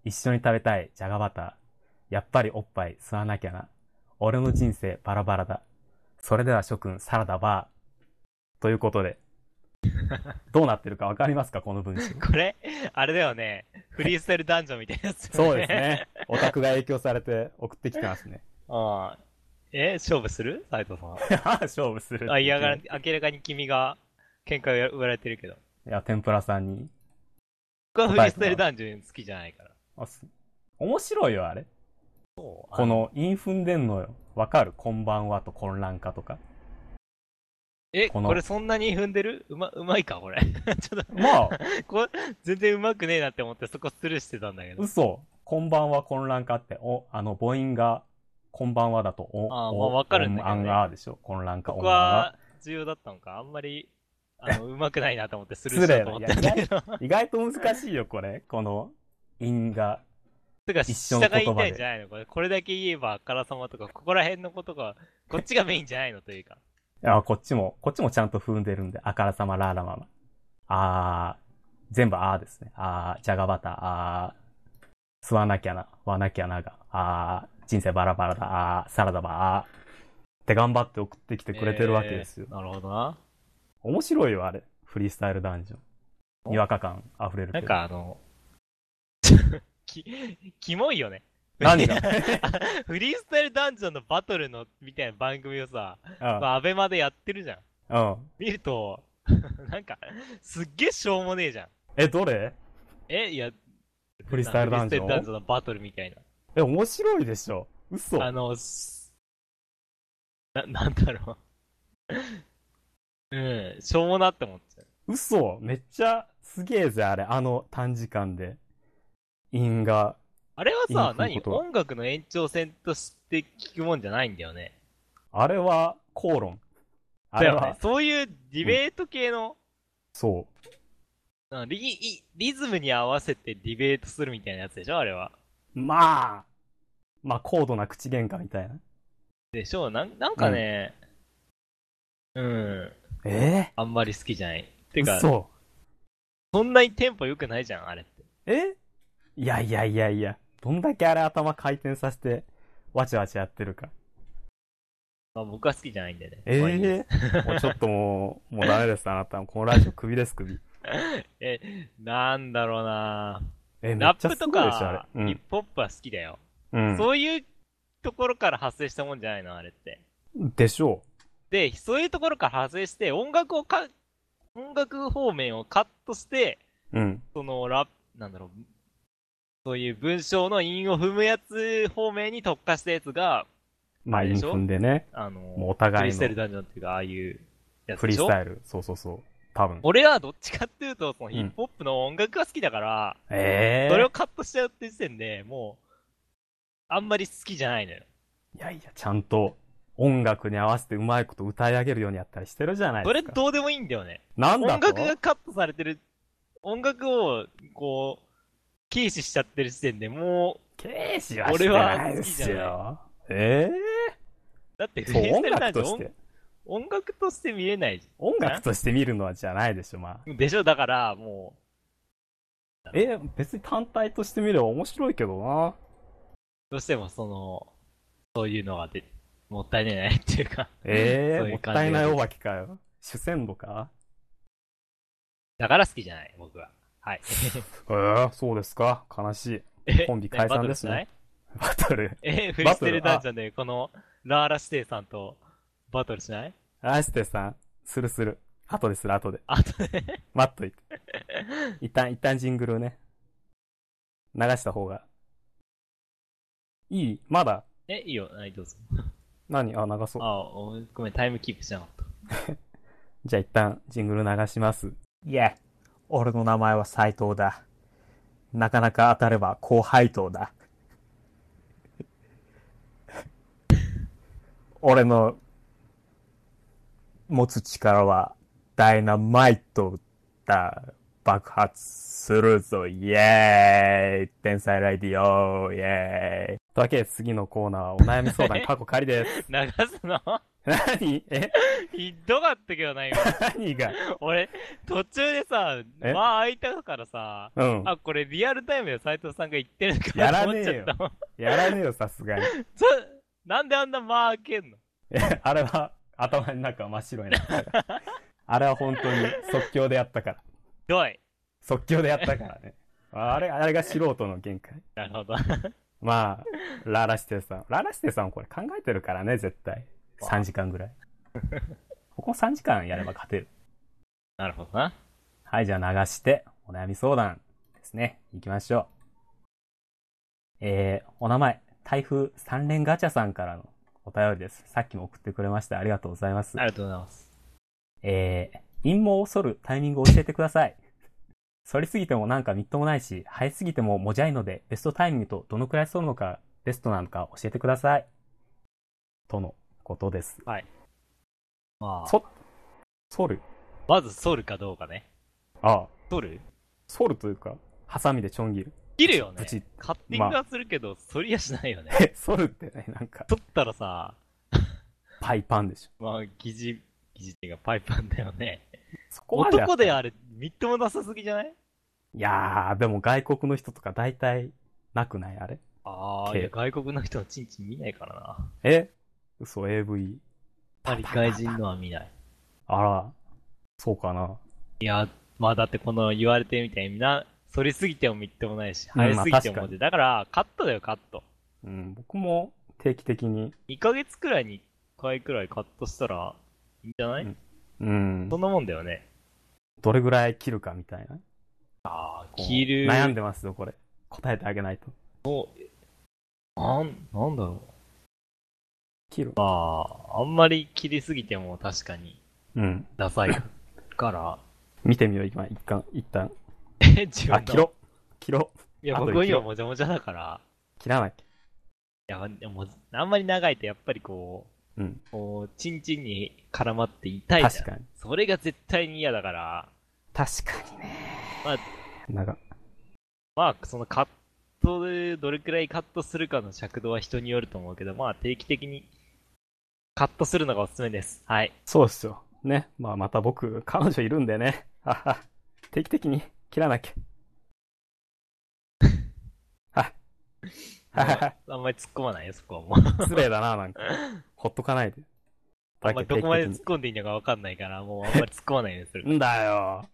Speaker 1: 一緒に食べたい、じゃがバター。やっぱりおっぱい、吸わなきゃな。俺の人生、バラバラだ。それでは諸君、サラダバー。ということで。どうなってるかわかりますかこの文章。
Speaker 2: これ、あれだよね。フリースタイルダンジョンみたいなやつ、
Speaker 1: そうです。ね。オタクが影響されて送ってきてますね。
Speaker 2: ああ。え、勝負する斉藤さん。
Speaker 1: 勝負する。
Speaker 2: あ、いやがら、明らかに君が、喧嘩をや売られてるけど。
Speaker 1: いや、天ぷらさんに。
Speaker 2: 僕はフリースタイルダンジョン好きじゃないから。
Speaker 1: あす面白いよ、あれ。
Speaker 2: そう
Speaker 1: こ。の、イン踏んでんのよ。わかるこんばんはと混乱かとか。
Speaker 2: え、
Speaker 1: この
Speaker 2: これそんなに踏んでるうま、うまいかこれ。 ちょっと、
Speaker 1: まあ、
Speaker 2: こ全然うまくねえなって思ってそこスルーしてたんだけど。
Speaker 1: 嘘。こんばんは混乱かって、お、あの、母音が、こんばんはだと、お、
Speaker 2: あー
Speaker 1: お
Speaker 2: まあわかるんだけどね
Speaker 1: おんあんがでしょ。混乱か、お
Speaker 2: 僕
Speaker 1: んあ
Speaker 2: は重要だったのかあんまり、あの、うまくないなと思ってスルーし
Speaker 1: 失
Speaker 2: よ
Speaker 1: 礼
Speaker 2: うと
Speaker 1: な
Speaker 2: 思ってたんだけど。
Speaker 1: んが。意外と難しいよ、これ。この、音が。
Speaker 2: てか、
Speaker 1: 一
Speaker 2: 下
Speaker 1: 緒の
Speaker 2: が
Speaker 1: 言葉で
Speaker 2: 言いたいんじゃないのこれこれだけ言えばあからさまとか、ここら辺のことが、こっちがメインじゃないのとい うか。
Speaker 1: あ、こっちも、こっちもちゃんと踏んでるんで、あからさま、ラーラママ。あー、全部あーですね。あー、じゃがバター、あー、吸わなきゃな、わなきゃなが、あー、人生バラバラだ、あー、サラダバー、って頑張って送ってきてくれてるわけですよ。
Speaker 2: えーなるほどな。
Speaker 1: 面白いよ、あれ。フリースタイルダンジョン。にわか感溢れるけ
Speaker 2: なん
Speaker 1: ど。
Speaker 2: かあの、 き、キモいよね。
Speaker 1: 何が
Speaker 2: フリースタイルダンジョンのバトルの、みたいな番組をさ、
Speaker 1: うん
Speaker 2: まあ、アベマでやってるじゃん。
Speaker 1: うん。
Speaker 2: 見ると、 なんか、すっげえしょうもねえじゃん。
Speaker 1: え、どれ
Speaker 2: え、いや、
Speaker 1: フリースタイルダンジョン
Speaker 2: フリースタイルダンジョンのバトルみたい
Speaker 1: え、面白いでしょ。嘘。
Speaker 2: な。あの、すな、 なんだろう。うん、しょうもなって思っちゃう。
Speaker 1: 嘘。めっちゃ、すげえぜ、あれ。あの短時間で。因が。
Speaker 2: あれは
Speaker 1: 言いに
Speaker 2: さ
Speaker 1: く、い
Speaker 2: 何
Speaker 1: ことは
Speaker 2: 音楽の延長線として聞くもんじゃないんだよね。
Speaker 1: あれは、口論。あ
Speaker 2: だ
Speaker 1: れ
Speaker 2: よね
Speaker 1: は、。
Speaker 2: そういうディベート系の、
Speaker 1: そ
Speaker 2: うんリリリズムに合わせてディベートするみたいなやつでしょあれは。
Speaker 1: う。まあ、まあ、高度な口喧嘩みたいな。
Speaker 2: でしょなんなんかね、うん、
Speaker 1: え
Speaker 2: あんまり好きじゃない。
Speaker 1: え
Speaker 2: てか、そ
Speaker 1: そ
Speaker 2: んなにテンポ良くないじゃん、あれって。
Speaker 1: う。えいやいやいやいや、どんだけあれ頭回転させて、わちゃわちゃやってるか。
Speaker 2: まあ僕は好きじゃないんでね。
Speaker 1: え
Speaker 2: まあいいです
Speaker 1: えもうちょっともう、もうダメです、あなた。このラジオ首です、首。
Speaker 2: え、なんだろうな
Speaker 1: え、め
Speaker 2: ラ
Speaker 1: っ
Speaker 2: ッ
Speaker 1: ちゃ
Speaker 2: プ
Speaker 1: す
Speaker 2: と
Speaker 1: ごいでしょ、あ
Speaker 2: か、
Speaker 1: れ。う
Speaker 2: ヒッ
Speaker 1: ん
Speaker 2: プホップは好きだよ、
Speaker 1: うん。
Speaker 2: そういうところから発生したもんじゃないの、あれって。
Speaker 1: でしょ
Speaker 2: で、そういうところから発生して、音楽をか、音楽方面をカットして、
Speaker 1: う。うん。
Speaker 2: そのラなんだろう、そういう文章の韻を踏むやつ方面に特化したやつが、
Speaker 1: まあ、イ
Speaker 2: で
Speaker 1: ン
Speaker 2: しょ
Speaker 1: フンでね。
Speaker 2: あの、
Speaker 1: もうお
Speaker 2: フ
Speaker 1: 互
Speaker 2: リー
Speaker 1: い
Speaker 2: スタイル
Speaker 1: の
Speaker 2: ダンジョンっていうか、ああいうやつ
Speaker 1: フ
Speaker 2: で
Speaker 1: リー
Speaker 2: しょ
Speaker 1: スタイル。そうそうそう。多分。
Speaker 2: 俺はどっちかっていうと、そのヒップホップの音楽が好きだから、
Speaker 1: ええ
Speaker 2: それをカットしちゃうって時点でもう、あんまり好きじゃないのよ。
Speaker 1: いやいや、ちゃんと音楽に合わせてうまいこと歌い上げるようにやったりしてるじゃない
Speaker 2: そ
Speaker 1: で
Speaker 2: れ
Speaker 1: すか。
Speaker 2: どうでもいいんだよね。
Speaker 1: なんだ
Speaker 2: 音
Speaker 1: と
Speaker 2: 楽がカットされてる、音楽を、こう、軽視しちゃってる時点でも
Speaker 1: 軽視はしてないです
Speaker 2: 俺
Speaker 1: よ。え
Speaker 2: う、だって
Speaker 1: え
Speaker 2: フ
Speaker 1: そ
Speaker 2: リー
Speaker 1: う、
Speaker 2: ス
Speaker 1: 音
Speaker 2: タイルダ
Speaker 1: 楽
Speaker 2: ンジ
Speaker 1: と
Speaker 2: ョ
Speaker 1: し
Speaker 2: ン
Speaker 1: て。
Speaker 2: 音音楽として見れないじ
Speaker 1: 音楽として見るのはじゃないでしょ、まあ。
Speaker 2: ゃん。でしょだから、も
Speaker 1: ええ別に単体として見れば面白いけどな。
Speaker 2: う、どうしてもその、そういうのがで、もったいないっていうか。
Speaker 1: ええ
Speaker 2: そうい
Speaker 1: も
Speaker 2: う
Speaker 1: っ
Speaker 2: 感じが
Speaker 1: たいないお化けかよ。主戦度か
Speaker 2: だから好きじゃない、僕は。は
Speaker 1: え
Speaker 2: い。
Speaker 1: えそうですか。悲しい。
Speaker 2: え
Speaker 1: コンビ解散ですね。バトル。
Speaker 2: バトルし ないえ、フリースタイルダンジョンで、この、ラーラシテイさんとバトルしない
Speaker 1: アイステさん、するする。後でする、後で。
Speaker 2: あとね、
Speaker 1: 待っといて。一旦、一旦ジングルをね。流した方が。いいまだ
Speaker 2: え、いいよ、はい、どうぞ。
Speaker 1: 何あ、流そう。
Speaker 2: あ、おごめん、タイムキープしなかった。
Speaker 1: じゃあ一旦ジングル流します。
Speaker 4: いえ、俺の名前は斎藤だ。なかなか当たれば高配当だ。 俺の持つ力はダイナマイトだ。爆発するぞ、イエーイ天才ライディオイエーイ
Speaker 1: というわけで次のコーナーはお悩み相談過去 仮です。
Speaker 2: 流すの
Speaker 1: 何え
Speaker 2: ひどかったけどな、今。
Speaker 1: 何が
Speaker 2: 俺、途中でさ、
Speaker 1: え
Speaker 2: まあ空いたからさ、
Speaker 1: うん。
Speaker 2: あ、これリアルタイムで斎藤さんが言ってるのか
Speaker 1: や
Speaker 2: な
Speaker 1: ら
Speaker 2: と
Speaker 1: ねえ
Speaker 2: 思っちゃ
Speaker 1: よ
Speaker 2: ったもん。
Speaker 1: やらねえよ、さすがに。
Speaker 2: そなんであんな間開けんの
Speaker 1: え あれは頭の中真っ白になったから。あれは本当に即興でやったから。
Speaker 2: ひどい。
Speaker 1: 即興でやったからね。あれ、あれが素人の限界。
Speaker 2: なるほど。
Speaker 1: まあ、ララシテさん。ララシテさんはこれ考えてるからね、絶対。
Speaker 2: わあ
Speaker 1: 3時間ぐらい。ここ3時間やれば勝てる。
Speaker 2: なるほどな。
Speaker 1: はい、じゃあ流して、お悩み相談ですね。行きましょう。えー、お名前、台風3連ガチャさんからのお便りです。さっきも送ってくれました。ありがとうございます
Speaker 2: あ。りがとうございます。
Speaker 4: えー、陰謀を剃るタイミングを教えてください。剃りすぎてもなんかみっともないし、生えすぎてももじゃいので、ベストタイミングとどのくらい剃るのか、ベストなのか教えてください。とのことです。
Speaker 2: まあ、
Speaker 1: そ、剃る
Speaker 2: まず剃るかどうかね。
Speaker 1: ああ、
Speaker 2: 剃る
Speaker 1: 剃るというか、ハサミでちょん切る。
Speaker 2: 切るよね
Speaker 1: プチ。
Speaker 2: カッティングはするけど、剃りやしないよね。
Speaker 1: え、剃るってね、なんか、
Speaker 2: 剃ったらさ、
Speaker 1: パイパンでしょ。
Speaker 2: まあ、疑似、疑似っていうかパイパンだよね。
Speaker 1: そこまでやった
Speaker 2: 男であれ、みっともなさすぎじゃない
Speaker 1: いやー、でも外国の人とか大体、なくないあれ。
Speaker 2: ああ、
Speaker 1: け
Speaker 2: いや外国の人のチンチン見ないからな。
Speaker 1: え嘘、AV。
Speaker 2: やっぱり外人のは見ない。
Speaker 1: あら、そうかな。
Speaker 2: いや、まあだってこの言われてみたいにな、反りすぎてもみっともないし、
Speaker 1: うん
Speaker 2: 生えすぎてもって、
Speaker 1: ま
Speaker 2: だから、カットだよ、カット。
Speaker 1: うん、僕も定期的に、
Speaker 2: 2ヶ月くらいに1回くらいカットしたら、いいんじゃない、
Speaker 1: うんうん
Speaker 2: そ、んなもんだよね。
Speaker 1: どれぐらい切るかみたいな。
Speaker 2: ああ、
Speaker 1: こう
Speaker 2: 切る。
Speaker 1: 悩んでますよ、これ。答えてあげないと。
Speaker 2: なん、なんだろ
Speaker 1: 切る
Speaker 2: う。。まあ、あんまり切りすぎても確かに、
Speaker 1: うん。
Speaker 2: ダサい から。
Speaker 1: 見てみよう、今、一旦、一旦。
Speaker 2: え、自分の
Speaker 1: あ、切ろ。切ろ。
Speaker 2: いや、
Speaker 1: あと
Speaker 2: 僕
Speaker 1: 切
Speaker 2: 今
Speaker 1: ろ
Speaker 2: もじゃもじゃだから、
Speaker 1: 切らなき
Speaker 2: いや、でもあんまり長いとやっぱりこう、
Speaker 3: うん。
Speaker 2: もう、チンチンに絡まって痛いじゃん
Speaker 3: 確かに。
Speaker 2: それが絶対に嫌だから、
Speaker 3: 確かにね。
Speaker 2: まあ
Speaker 3: なんか、
Speaker 2: まあ、そのカットでどれくらいカットするかの尺度は人によると思うけど、まあ、定期的にカットするのがおすすめです。はい。
Speaker 3: そうっすよ。ね。まあまた僕、彼女いるんでね。はは。定期的に切らなきゃ。 は。ははは。
Speaker 2: あんまり突っ込まないよ、そこはもう。
Speaker 3: 失礼だな、なんか。ほっとかないで。
Speaker 2: あんまりどこまで
Speaker 3: 定
Speaker 2: 突っ
Speaker 3: 期的
Speaker 2: 込んでいいのかわかんないから、もうあんまり突っ込まないようにす る。
Speaker 3: にんだよ。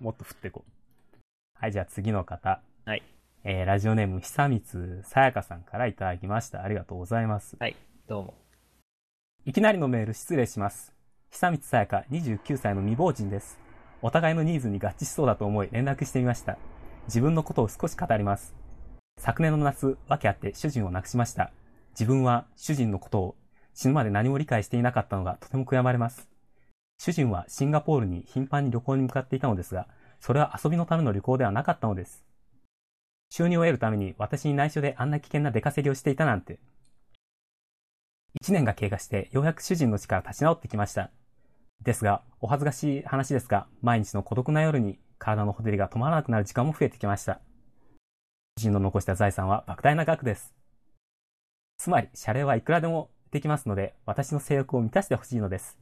Speaker 1: もっと振ってこう。はい、じゃあ次の方。
Speaker 2: はい。
Speaker 1: えー、ラジオネーム、久光さやかさんからいただきました。ありがとうございます。
Speaker 2: どうも。
Speaker 1: いきなりのメール失礼します。久光さやか、29歳の未亡人です。お互いのニーズに合致しそうだと思い連絡してみました。自分のことを少し語ります。昨年の夏、訳あって主人を亡くしました。自分は主人のことを死ぬまで何も理解していなかったのがとても悔やまれます。主人はシンガポールに頻繁に旅行に向かっていたのですが、それは遊びのための旅行ではなかったのです。収入を得るために私に内緒であんな危険な出稼ぎをしていたなんて。一年が経過してようやく主人の死から立ち直ってきました。ですが、お恥ずかしい話ですが、毎日の孤独な夜に体のほてりが止まらなくなる時間も増えてきました。主人の残した財産は莫大な額です。つまり、謝礼はいくらでもできますので、私の性欲を満たしてほしいのです。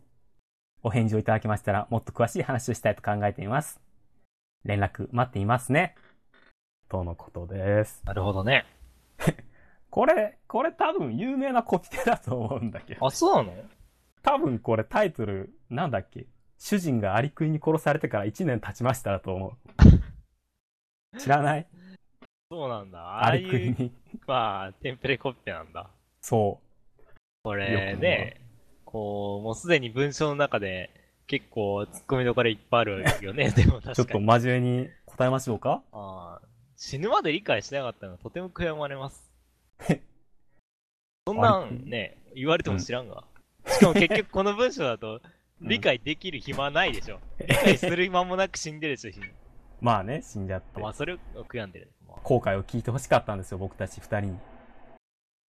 Speaker 1: お返事をいただきましたら、もっと詳しい話をしたいと考えています。連絡待っていますね。とのことです。
Speaker 2: なるほどね。
Speaker 1: これ、これ多分有名なコピペだと思うんだけど。
Speaker 2: あ、そうなの
Speaker 1: 多分これタイトル、なんだっけ主人がアリクイに殺されてから1年経ちましただと思 う。知らない
Speaker 2: そうなんだ。あ
Speaker 1: ア
Speaker 2: あ
Speaker 1: リク
Speaker 2: い
Speaker 1: イ
Speaker 2: う、
Speaker 1: に。
Speaker 2: まあ、テンプレコピペなんだ。
Speaker 1: そ
Speaker 2: こ
Speaker 1: よ
Speaker 2: れ
Speaker 1: く
Speaker 2: ね、こう、もうすでに文章の中で結構突っ込みどころいっぱいある よね、でも確か
Speaker 1: う。
Speaker 2: に。
Speaker 1: ちょっと真面目に答えましょうか
Speaker 2: あー死ぬまで理解しなかったのはとても悔やま れます。そんなんね、言われても知らんが。しかも結局この文章だ
Speaker 1: う
Speaker 2: と、
Speaker 1: ん
Speaker 2: 理解できる暇ないでしょ。理解する暇もなく死んでる でしょ、日々
Speaker 1: まあね、死んじゃって
Speaker 2: ま。あ、それを悔やんでる。まあ
Speaker 1: 後悔を聞いてほしかったんですよ、僕たち2人に。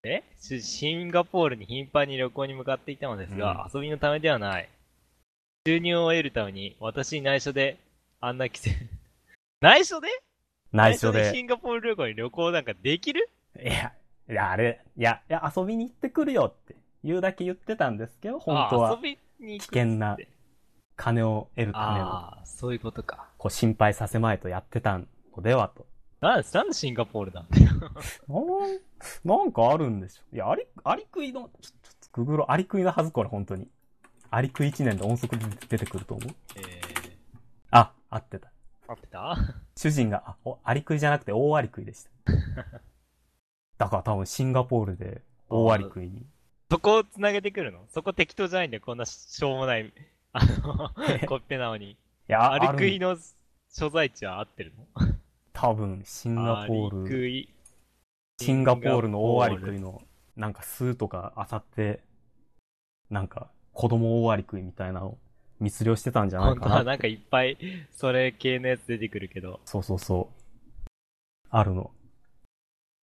Speaker 2: えしシンガポールに頻繁に旅行に向かっていたのですが、遊びのためではない。収入を得るために、私に内緒で、あんな規制。内緒で
Speaker 1: 内緒
Speaker 2: シ
Speaker 1: で。
Speaker 2: ンガポール旅行に旅行なんかできる
Speaker 1: いや、いや、あれ、いや、いや、遊びに行ってくるよって言うだけ言ってたんですけど、本当
Speaker 2: あ遊
Speaker 1: は
Speaker 2: び
Speaker 1: 危
Speaker 2: に行く
Speaker 1: 険な金を得るための、
Speaker 2: ああ、そういうことか。
Speaker 1: こう心配させまいとやってたのではと。
Speaker 2: なんで、なんでシンガポールなんだ
Speaker 1: なんなんかあるんでしょ。いや、アリ、アリクイの、ちょちょっとググろう、アリクイのはずこれ、本当に。アリクイ1年で音速で出てくると思う。
Speaker 2: え
Speaker 1: あ、合ってた。
Speaker 2: ー、合ってた
Speaker 1: 主人が、あ、おアリクイじゃなくて大アリクイでした。だから多分シンガポールで大アリクイに。
Speaker 2: そこを繋げてくるのそこ適当じゃないんだよ、こんなしょうもない、あの、コッペなのに。
Speaker 1: いや、
Speaker 2: アリクイ
Speaker 1: の。
Speaker 2: の所在地は合ってるの
Speaker 1: 多分シンガポ
Speaker 2: ア
Speaker 1: ー
Speaker 2: リ
Speaker 1: ル、
Speaker 2: クイ。
Speaker 1: シンガポールの大アリクイ
Speaker 2: シンガポール。
Speaker 1: の、なんか巣とかあさって、なんか子供大アリクイみたいなのを密漁してたんじゃない
Speaker 2: 本当
Speaker 1: かな
Speaker 2: はなんかいっぱい、それ系のやつ出てくるけど。
Speaker 1: そうそうそう。あるの。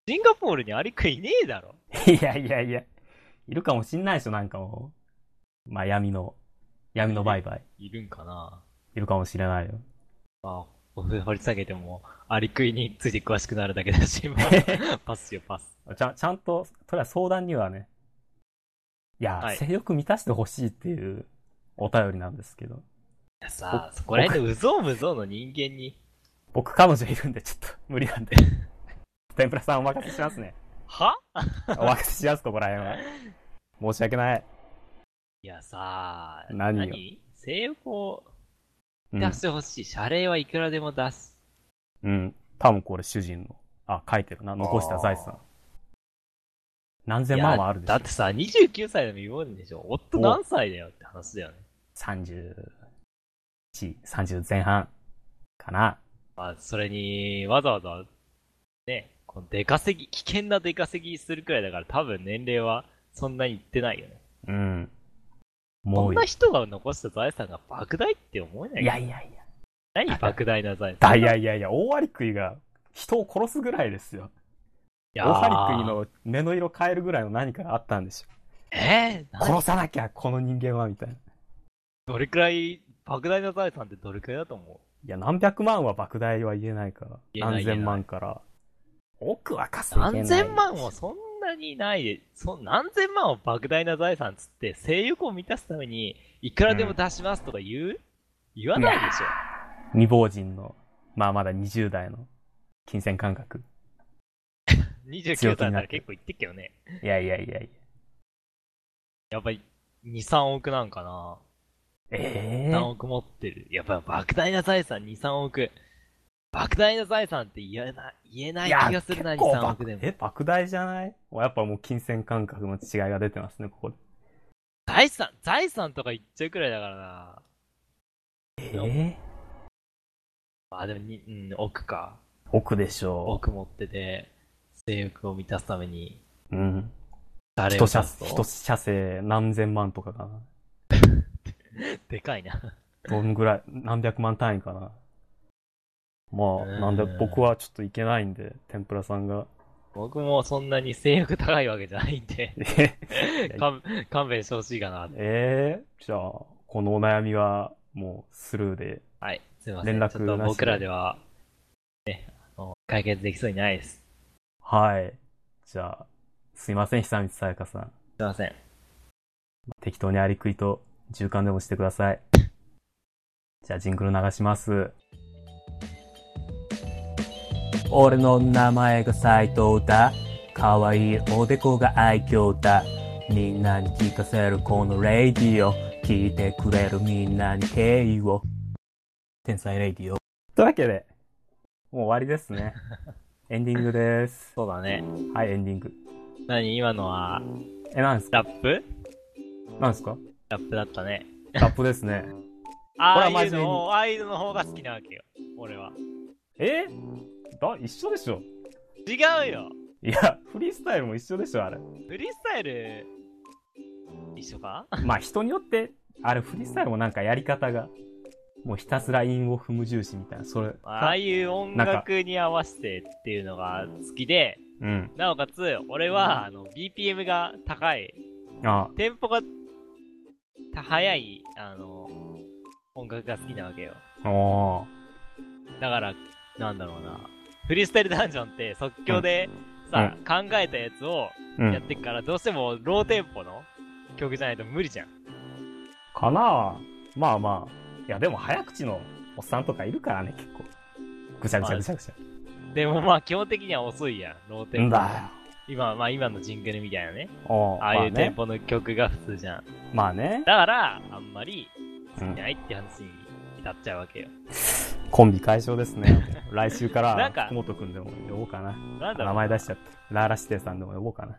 Speaker 2: シンガポールにアリクイいねえだろ。
Speaker 1: いやいやいや。いるかもしんないでしょ、なんかもう。まあ、闇の、闇の売買。
Speaker 2: いるんかない
Speaker 1: るかもしれ ないよ。
Speaker 2: まあ、掘り下げても、アリクイについて詳しくなるだけ だし、まあパスよ、パス。
Speaker 1: ちゃんちゃんと、とりあえず相談にはね、いや、
Speaker 2: はい
Speaker 1: 性欲満たしてほしいっていうお便りなんですけど。
Speaker 2: いやさあ、そこら辺でうぞうむぞうの人間に、
Speaker 1: 僕彼女いるんでちょっと無理 なんで。天ぷらさんお任せしますね。
Speaker 2: は
Speaker 1: お任せします、ここら辺は。申し訳ない。
Speaker 2: いやさあ、
Speaker 1: 何よ
Speaker 2: 性欲を
Speaker 1: う
Speaker 2: 出
Speaker 1: ん。
Speaker 2: してほしい。謝礼はいくらでも出す。
Speaker 1: うん、多分これ主人の。あ、書いてるな。残した財産。何千
Speaker 2: い
Speaker 1: 万
Speaker 2: や
Speaker 1: はあるでしょ
Speaker 2: だっ。てさ、29歳でも未亡人でしょ。夫何歳だよって話だよね。
Speaker 1: 31、30前半かな。
Speaker 2: まあ、それに、わざわざ、ね、この出稼ぎ、危険な出稼ぎするくらいだから多分年齢はそんなにいってないよね。
Speaker 1: うん。も
Speaker 2: こ
Speaker 1: うん
Speaker 2: な人が残した財産が莫大って思えない
Speaker 1: いやいやいや。
Speaker 2: 何莫大な財
Speaker 1: だ
Speaker 2: 産
Speaker 1: いやいやいや、大アリクイが人を殺すぐらいですよ。
Speaker 2: いや
Speaker 1: 大アリクイ
Speaker 2: ー
Speaker 1: の目の色変えるぐらいの何かがあったんでしょ。
Speaker 2: えー、な
Speaker 1: 殺さなきゃ、この人間は、みたいな。い
Speaker 2: どれくらい、莫大な財産ってどれくらいだと思
Speaker 1: や、何百万は莫大は言えないから。
Speaker 2: 言えない
Speaker 1: 何千万から。億は
Speaker 2: う
Speaker 1: 稼げない。
Speaker 2: 何千万はそんなにないで、そ何千万を莫大な財産つって、性欲を満たすために、いくらでも出しますとか言う、言わないでしょ。
Speaker 1: 未亡人の、まあまだ20代の金銭感覚。
Speaker 2: 29歳だったら結構言ってっけどね。
Speaker 1: いやいやいやいや。
Speaker 2: やっぱり、2、3億なんかな。
Speaker 1: ええ
Speaker 2: 3億持ってる。やっぱ莫大な財産2、3億。莫大な財産って言えない、言えない気がするな、2、3億でも。
Speaker 1: え、莫大じゃないやっぱもう金銭感覚の違いが出てますね、ここで。
Speaker 2: 財産、財産とか言っちゃうくらいだからな。
Speaker 1: え
Speaker 2: まあでもに、うん、億か。
Speaker 1: 奥でしょ
Speaker 2: 億持ってて、性欲を満たすために、
Speaker 1: う。うん。
Speaker 2: 誰を
Speaker 1: 一車、
Speaker 2: 出すと
Speaker 1: 一車線何千万とかかな。
Speaker 2: でかいな。
Speaker 1: どんぐらい、何百万単位かな。まあ、
Speaker 2: うん
Speaker 1: なんで、僕はちょっといけないんで、天ぷらさんが。
Speaker 2: 僕もそんなに性欲高いわけじゃないんで、
Speaker 1: え
Speaker 2: 勘勘弁してほしいかな。
Speaker 1: えーじゃあ、このお悩みは、もう、スルーで。
Speaker 2: はい、すいません。
Speaker 1: 連絡
Speaker 2: ちょっと
Speaker 1: なしで
Speaker 2: 僕らでは、ね、あの解決できそうにないです。
Speaker 1: はい。じゃあ、すいません、久光さやかさん。
Speaker 2: すいません。
Speaker 1: 適当にアリクイと循環でもしてください。じゃあジングル流します。俺の名前が斉藤だ。可愛いおでこが愛嬌だ。みんなに聞かせるこのレイディオ。聞いてくれるみんなに敬意を。天才レイディオ。というわけで、もう終わりですね。エンディングです。
Speaker 2: そうだね。
Speaker 1: はい、エンディング。
Speaker 2: 何今のは、
Speaker 1: え、なんですか
Speaker 2: ラップ
Speaker 1: なんですか
Speaker 2: ラップだったね。
Speaker 1: ラップですね。
Speaker 2: あ
Speaker 1: は
Speaker 2: あ
Speaker 1: 真
Speaker 2: い
Speaker 1: 面
Speaker 2: う
Speaker 1: 目に
Speaker 2: のを、ああいうのの方が好きなわけよ。俺は。
Speaker 1: えだ、一緒でしょ
Speaker 2: 違うよ
Speaker 1: いや、フリースタイルも一緒でしょ、あれ。
Speaker 2: フリースタイル、一緒 か
Speaker 1: まあ人によって、あれフリースタイルもなんかやり方が、もうひたすら韻を踏む重視みたいな、それ。
Speaker 2: ああいう音楽に合わせてっていうのが好きで、
Speaker 1: うん。
Speaker 2: なおかつ、俺は、あの、BPM が高い、
Speaker 1: あ
Speaker 2: テンポが、た速い、あの、音楽が好きなわけよ。
Speaker 1: あ。お
Speaker 2: だから、なんだろうな。フリースタイルダンジョンって即興で、さ、考えたやつを
Speaker 1: ーう
Speaker 2: やっ
Speaker 1: ん。
Speaker 2: てっから、どうしてもローテンポの曲じゃないと無理じゃん。
Speaker 1: かなあまあまあ。いや、でも早口のおっさんとかいるからね、結構。ぐしゃぐしゃぐしゃぐしゃ。
Speaker 2: でもまあ基本的には遅いやん、ローテ
Speaker 1: ん
Speaker 2: ンポ。
Speaker 1: だ
Speaker 2: 今、まあ今のジングルみたいなね。
Speaker 1: よ。お
Speaker 2: ああいうテン
Speaker 1: ね。
Speaker 2: ポの曲が普通じゃん。
Speaker 1: まあね。
Speaker 2: だから、あんまり好き
Speaker 1: うん
Speaker 2: ないって話に至っちゃうわけよ。
Speaker 1: コンビ解消ですね。来週か
Speaker 2: なん
Speaker 1: ら
Speaker 2: か、
Speaker 1: 福本くんでも呼ぼうかな。
Speaker 2: なんだろうな
Speaker 1: 名前出しちゃった。ラーラシテさんでも呼ぼうかな。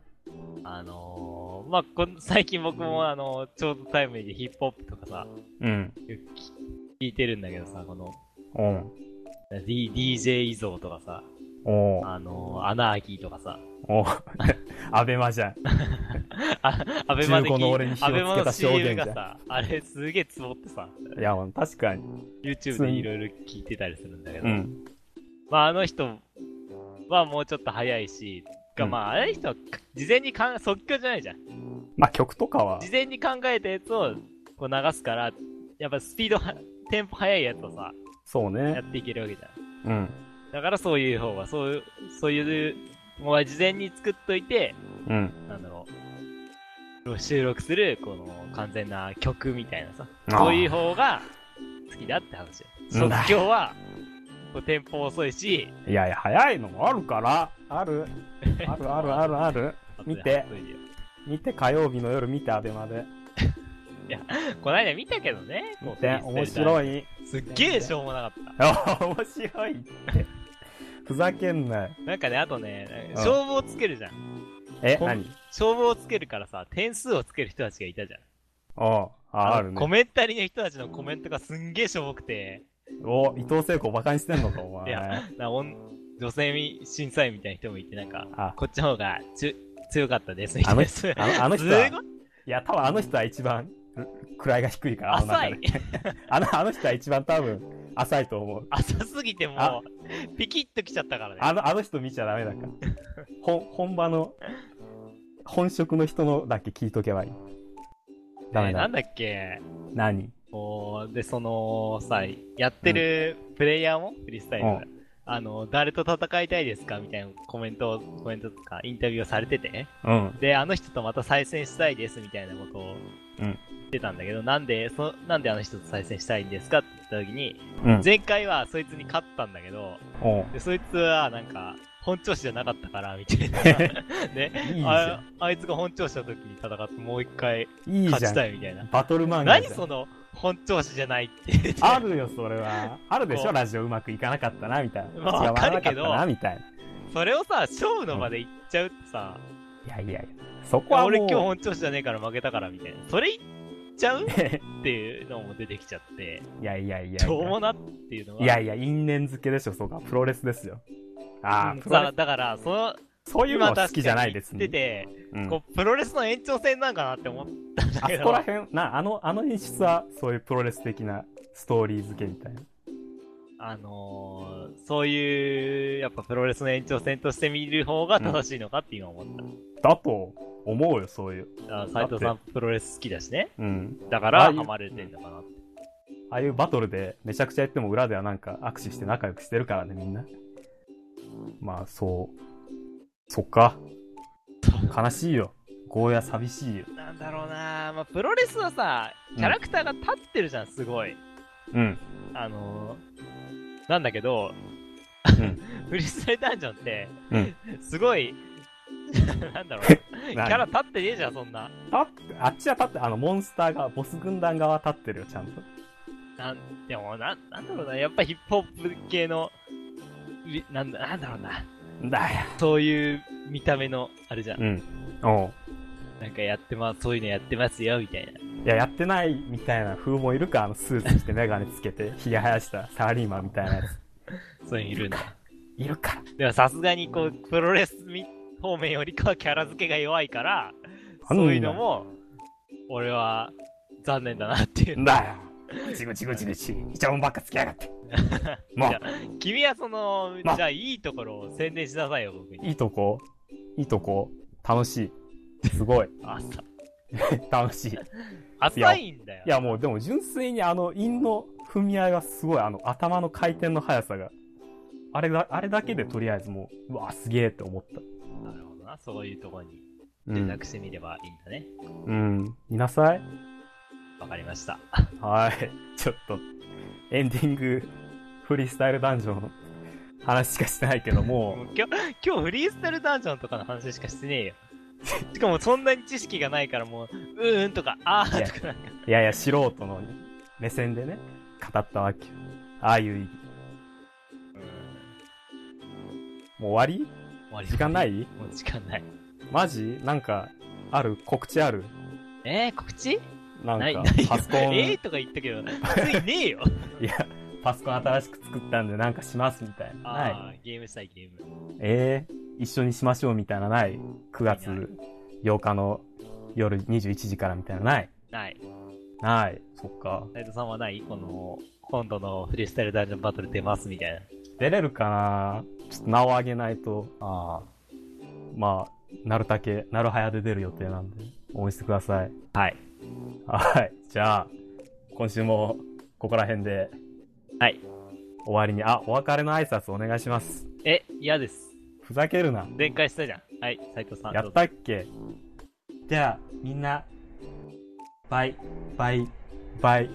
Speaker 2: あのー、まあこん、最近僕もあのー、ちょうどタイムリーでヒップホップとかさ、
Speaker 1: うん。
Speaker 2: よく聞いてるんだけどさ、この、
Speaker 1: うん。
Speaker 2: D、DJ 依存とかさ、
Speaker 1: おー
Speaker 2: あのー、アナーキーとかさ、
Speaker 1: おー アベマじゃん。
Speaker 2: あアベマで聞
Speaker 1: 15の俺に
Speaker 2: い
Speaker 1: 火をつけた
Speaker 2: アベマ
Speaker 1: 証
Speaker 2: の
Speaker 1: 言
Speaker 2: CM
Speaker 1: じゃ
Speaker 2: が
Speaker 1: ん
Speaker 2: さ、あれすげえツボってさ、
Speaker 1: いや、まあ確かに。
Speaker 2: YouTube でいろいろ聞いてたりするんだけど、
Speaker 1: うん。
Speaker 2: まあ、あの人はもうちょっと早いし、が
Speaker 1: うん
Speaker 2: まあ、あの人は事前にかん即興じゃないじゃん。
Speaker 1: まあ曲とかは
Speaker 2: 事、前に考えたやつをこう流すから、やっぱスピードは、テンポ速いやつをさ、
Speaker 1: そう
Speaker 2: や
Speaker 1: ね
Speaker 2: っ。ていけるわけじゃ
Speaker 1: うん。
Speaker 2: ん。だからそういう方が、そういう、そういう、もう事前に作っといて、
Speaker 1: うん。
Speaker 2: なんだろう、収録する、この完全な曲みたいなさ、
Speaker 1: あー
Speaker 2: そういう方が好きだって話よ。
Speaker 1: うんだ
Speaker 2: 即興は、こうテンポ遅いし、
Speaker 1: いやいや、早いのもあるから。あ る。あるあるあるある。見て
Speaker 2: 後で後で言う
Speaker 1: 見て、火曜日の夜見て、アベマで。
Speaker 2: こないだ見たけどね。
Speaker 1: 見て、面
Speaker 2: い。
Speaker 1: 白い。
Speaker 2: すっげえしょうもなかっ
Speaker 1: あ 面白いって。ふざけんなよ。
Speaker 2: た。なんかね、あとね、
Speaker 1: うん
Speaker 2: 勝負をつけるじゃん。
Speaker 1: え、
Speaker 2: こん
Speaker 1: 何
Speaker 2: 勝負をつけるからさ、点数をつける人たちがいたじゃん。
Speaker 1: おうあ、あ
Speaker 2: の
Speaker 1: る
Speaker 2: コ
Speaker 1: ね。
Speaker 2: メンタリーの人たちのコメントがすんげえしょぼくて、
Speaker 1: お、伊藤聖子バカにしてんのか、お
Speaker 2: いや
Speaker 1: 前。
Speaker 2: なおん女性審査員みたいな人もいて、なんか、
Speaker 1: あ
Speaker 2: こっちの方がちゅ強かったですみたいな。
Speaker 1: の
Speaker 2: す
Speaker 1: あのあの人
Speaker 2: す
Speaker 1: は
Speaker 2: ごい
Speaker 1: いや、多分あの人は一番、位が低いから、あの
Speaker 2: 浅
Speaker 1: 中で
Speaker 2: い。。
Speaker 1: あの、あの人は一番多分、浅いと思う。
Speaker 2: 浅すぎても
Speaker 1: あ
Speaker 2: う、ピキッときちゃったからね。
Speaker 1: あの、あの人見ちゃダメだから。ほん、本場の、本職の人のだけ聞いとけばいい。ダメ
Speaker 2: えー
Speaker 1: だ
Speaker 2: な。んだっけ
Speaker 1: 何
Speaker 2: こうで、そのさ、やってるプレイヤーも、フリースタイル
Speaker 1: うん
Speaker 2: あの、誰と戦いたいですかみたいなコメントを、コメントとかインタビューをされてて、
Speaker 1: うん。
Speaker 2: で、あの人とまた再戦したいですみたいなことを
Speaker 1: うん
Speaker 2: 言ってたんだけど、なんで、そなんであの人と再戦したいんですかって言った時に、
Speaker 1: うん。
Speaker 2: 前回はそいつに勝ったんだけど、
Speaker 1: おう
Speaker 2: でそいつはなんか、本調子じゃなかったから、み たいな。ね。
Speaker 1: いいじゃ
Speaker 2: ああいつが本調子の時に戦ってもう一回
Speaker 1: ん。いいじ
Speaker 2: 勝
Speaker 1: ゃ
Speaker 2: ちた
Speaker 1: ん。
Speaker 2: いみたいな。
Speaker 1: バトル漫画
Speaker 2: 何
Speaker 1: じゃん。
Speaker 2: その、本調子じゃないって。
Speaker 1: あるよ、それは。あるでし
Speaker 2: こ
Speaker 1: ょ
Speaker 2: う
Speaker 1: ラジオうまくいかなかったな、みたいな。
Speaker 2: まあわかるけど
Speaker 1: 違う合わなかったな、みたいな。
Speaker 2: それをさ、勝負の場で言っちゃうってさ、
Speaker 1: いやいやいや、そこは
Speaker 2: 俺
Speaker 1: も
Speaker 2: 今
Speaker 1: う。
Speaker 2: 日本調子じゃねえから負けたからみたいな。それ言っちゃ う
Speaker 1: 日
Speaker 2: っていうのも出てきちゃって、
Speaker 1: いやいやいやい
Speaker 2: どう
Speaker 1: や。
Speaker 2: もなっていうのが。
Speaker 1: いやいや、因縁付けでしょ、そうか。プロレスですよ。あ
Speaker 2: うん
Speaker 1: あ、プロレ
Speaker 2: さだから、その、
Speaker 1: ス。そういうの
Speaker 2: 今
Speaker 1: は好
Speaker 2: 確
Speaker 1: きじゃ
Speaker 2: か
Speaker 1: な
Speaker 2: に
Speaker 1: い
Speaker 2: 言
Speaker 1: で
Speaker 2: っ
Speaker 1: す
Speaker 2: て
Speaker 1: ね。
Speaker 2: て、
Speaker 1: うん
Speaker 2: こうプロレスの延長戦なんかなって思ったんだ
Speaker 1: あ
Speaker 2: け
Speaker 1: そ
Speaker 2: ど。
Speaker 1: こら辺、な、あの、あの演出は、そういうプロレス的なストーリー付けみたいな。
Speaker 2: あのー、そういう、やっぱプロレスの延長戦として見る方が正しいのかって今思った。
Speaker 1: だと思うよ、そういう。
Speaker 2: あ斉藤さんプロレス好きだしね。
Speaker 1: うん。
Speaker 2: だか
Speaker 1: ああ
Speaker 2: ら
Speaker 1: いう
Speaker 2: ハマれてんのかなって。
Speaker 1: ああいうバトルでめちゃくちゃやっても裏ではなんか握手して仲良くしてるからね、みんな。まあ、そう。そっか。悲しいよ。ゴーヤ寂しいよ。
Speaker 2: なんだろうなまあ、プロレスはさ、キャラクターが立ってるじゃん、すごい。
Speaker 1: うん。
Speaker 2: あのー、なんだけど、
Speaker 1: うん
Speaker 2: フリースタイルダンジョンって、
Speaker 1: うん
Speaker 2: すごい、 な んだろうな、
Speaker 1: キ
Speaker 2: キャラ立ってねえじゃん、そんな。
Speaker 1: 立って、あっちは立って、あの、モンスターが、ボス軍団側立ってるよ、ちゃんと。
Speaker 2: なん、でも、なん、なんだろうな、やっぱヒップホップ系の、りなんだ、なんだろうな、
Speaker 1: だよ。
Speaker 2: そういう見た目の、あれじゃん。
Speaker 1: うん。おう
Speaker 2: なんかやってます、そういうのやってますよ、みたいな。
Speaker 1: いや、やってないみたいな風もいるか、あの、スーツ着てメガネつけて、ひげ生やしたサラリーマンみたいなやつ。
Speaker 2: そういうのいるんだ。
Speaker 1: いるか。
Speaker 2: でもさすがに、こう、プロレスみ方面よりかはキャラ付けが弱いから、
Speaker 1: なんだ
Speaker 2: そういうのも、俺は、残念だなっていう。
Speaker 1: だよ。ぐちぐちぐちぐち、イチャモンばっかつきやがって。も
Speaker 2: いや君はその、
Speaker 1: ま
Speaker 2: じゃあいいところを宣伝しなさいよ、僕
Speaker 1: う、
Speaker 2: に。
Speaker 1: いいとこ、いいとこ、楽しい。すごい。
Speaker 2: 浅
Speaker 1: 楽しい。い
Speaker 2: 浅いんだよ。
Speaker 1: や、もう、でも純粋にあの、韻の踏み合いがすごい、あの、頭の回転の速さが。あれだ、あれだけでとりあえずもう、うわ、すげえって思った。
Speaker 2: なるほどな、そういうところに、
Speaker 1: う
Speaker 2: 連
Speaker 1: ん。
Speaker 2: 絡してみればいいんだね。
Speaker 1: うん。見なさい。
Speaker 2: わかりました。
Speaker 1: はい。 ちょっと、エンディング、フリースタイルダンジョンの話しかしてないけども
Speaker 2: もう今日、今日フリースタイルダンジョンとかの話しかしてね えよ。しかもそんなに知識がないからもう、うーんとか、あ
Speaker 1: いや
Speaker 2: ーとかなんか、
Speaker 1: う、いやいや、素人の目線でね、語ったわけよ。ああいう意義、もう終わ
Speaker 2: 終わ
Speaker 1: り
Speaker 2: り
Speaker 1: 時間ない
Speaker 2: もう時間ない。
Speaker 1: マジなんか、ある告知ある
Speaker 2: えー、告知
Speaker 1: な
Speaker 2: ない、なんい
Speaker 1: か
Speaker 2: よ。、
Speaker 1: パソコン、
Speaker 2: えーとか言ったけど、ついねえ よ。
Speaker 1: いや、パソコン新しく作ったんでなんかしますみたいな。ない。
Speaker 2: あー、ゲームしたい、ゲーム。
Speaker 1: えー、一緒にしましょうみたいなない ?9 月8日の夜21時からみたいなない
Speaker 2: ない。
Speaker 1: ない。そっか。
Speaker 2: 斉藤さんはないこの、今度のフリースタイルダンジョンバトル出ますみたいな。
Speaker 1: 出れるかなちょっと名を上げないと。ああ。まあ、なるたけ、なるはやで出る予定なんで、応援してください。
Speaker 2: はい。
Speaker 1: はい。じゃあ、今週もここら辺で
Speaker 2: はい。
Speaker 1: 終わりに、あ、お別れの挨拶お願いします。
Speaker 2: え、嫌です。
Speaker 1: ふざけるな。
Speaker 2: 全開したじゃん。はい、斉藤さん。
Speaker 1: やったっけじゃあ、みんな、バイ、バイ、バイ、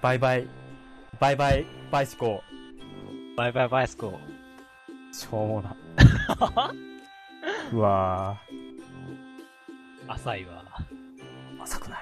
Speaker 1: バイバイ、バイバイ、バイシコ。
Speaker 2: バイバイバイスコー。
Speaker 1: しょうも な。うわ
Speaker 2: 浅いわ。
Speaker 1: ぁ、浅くない。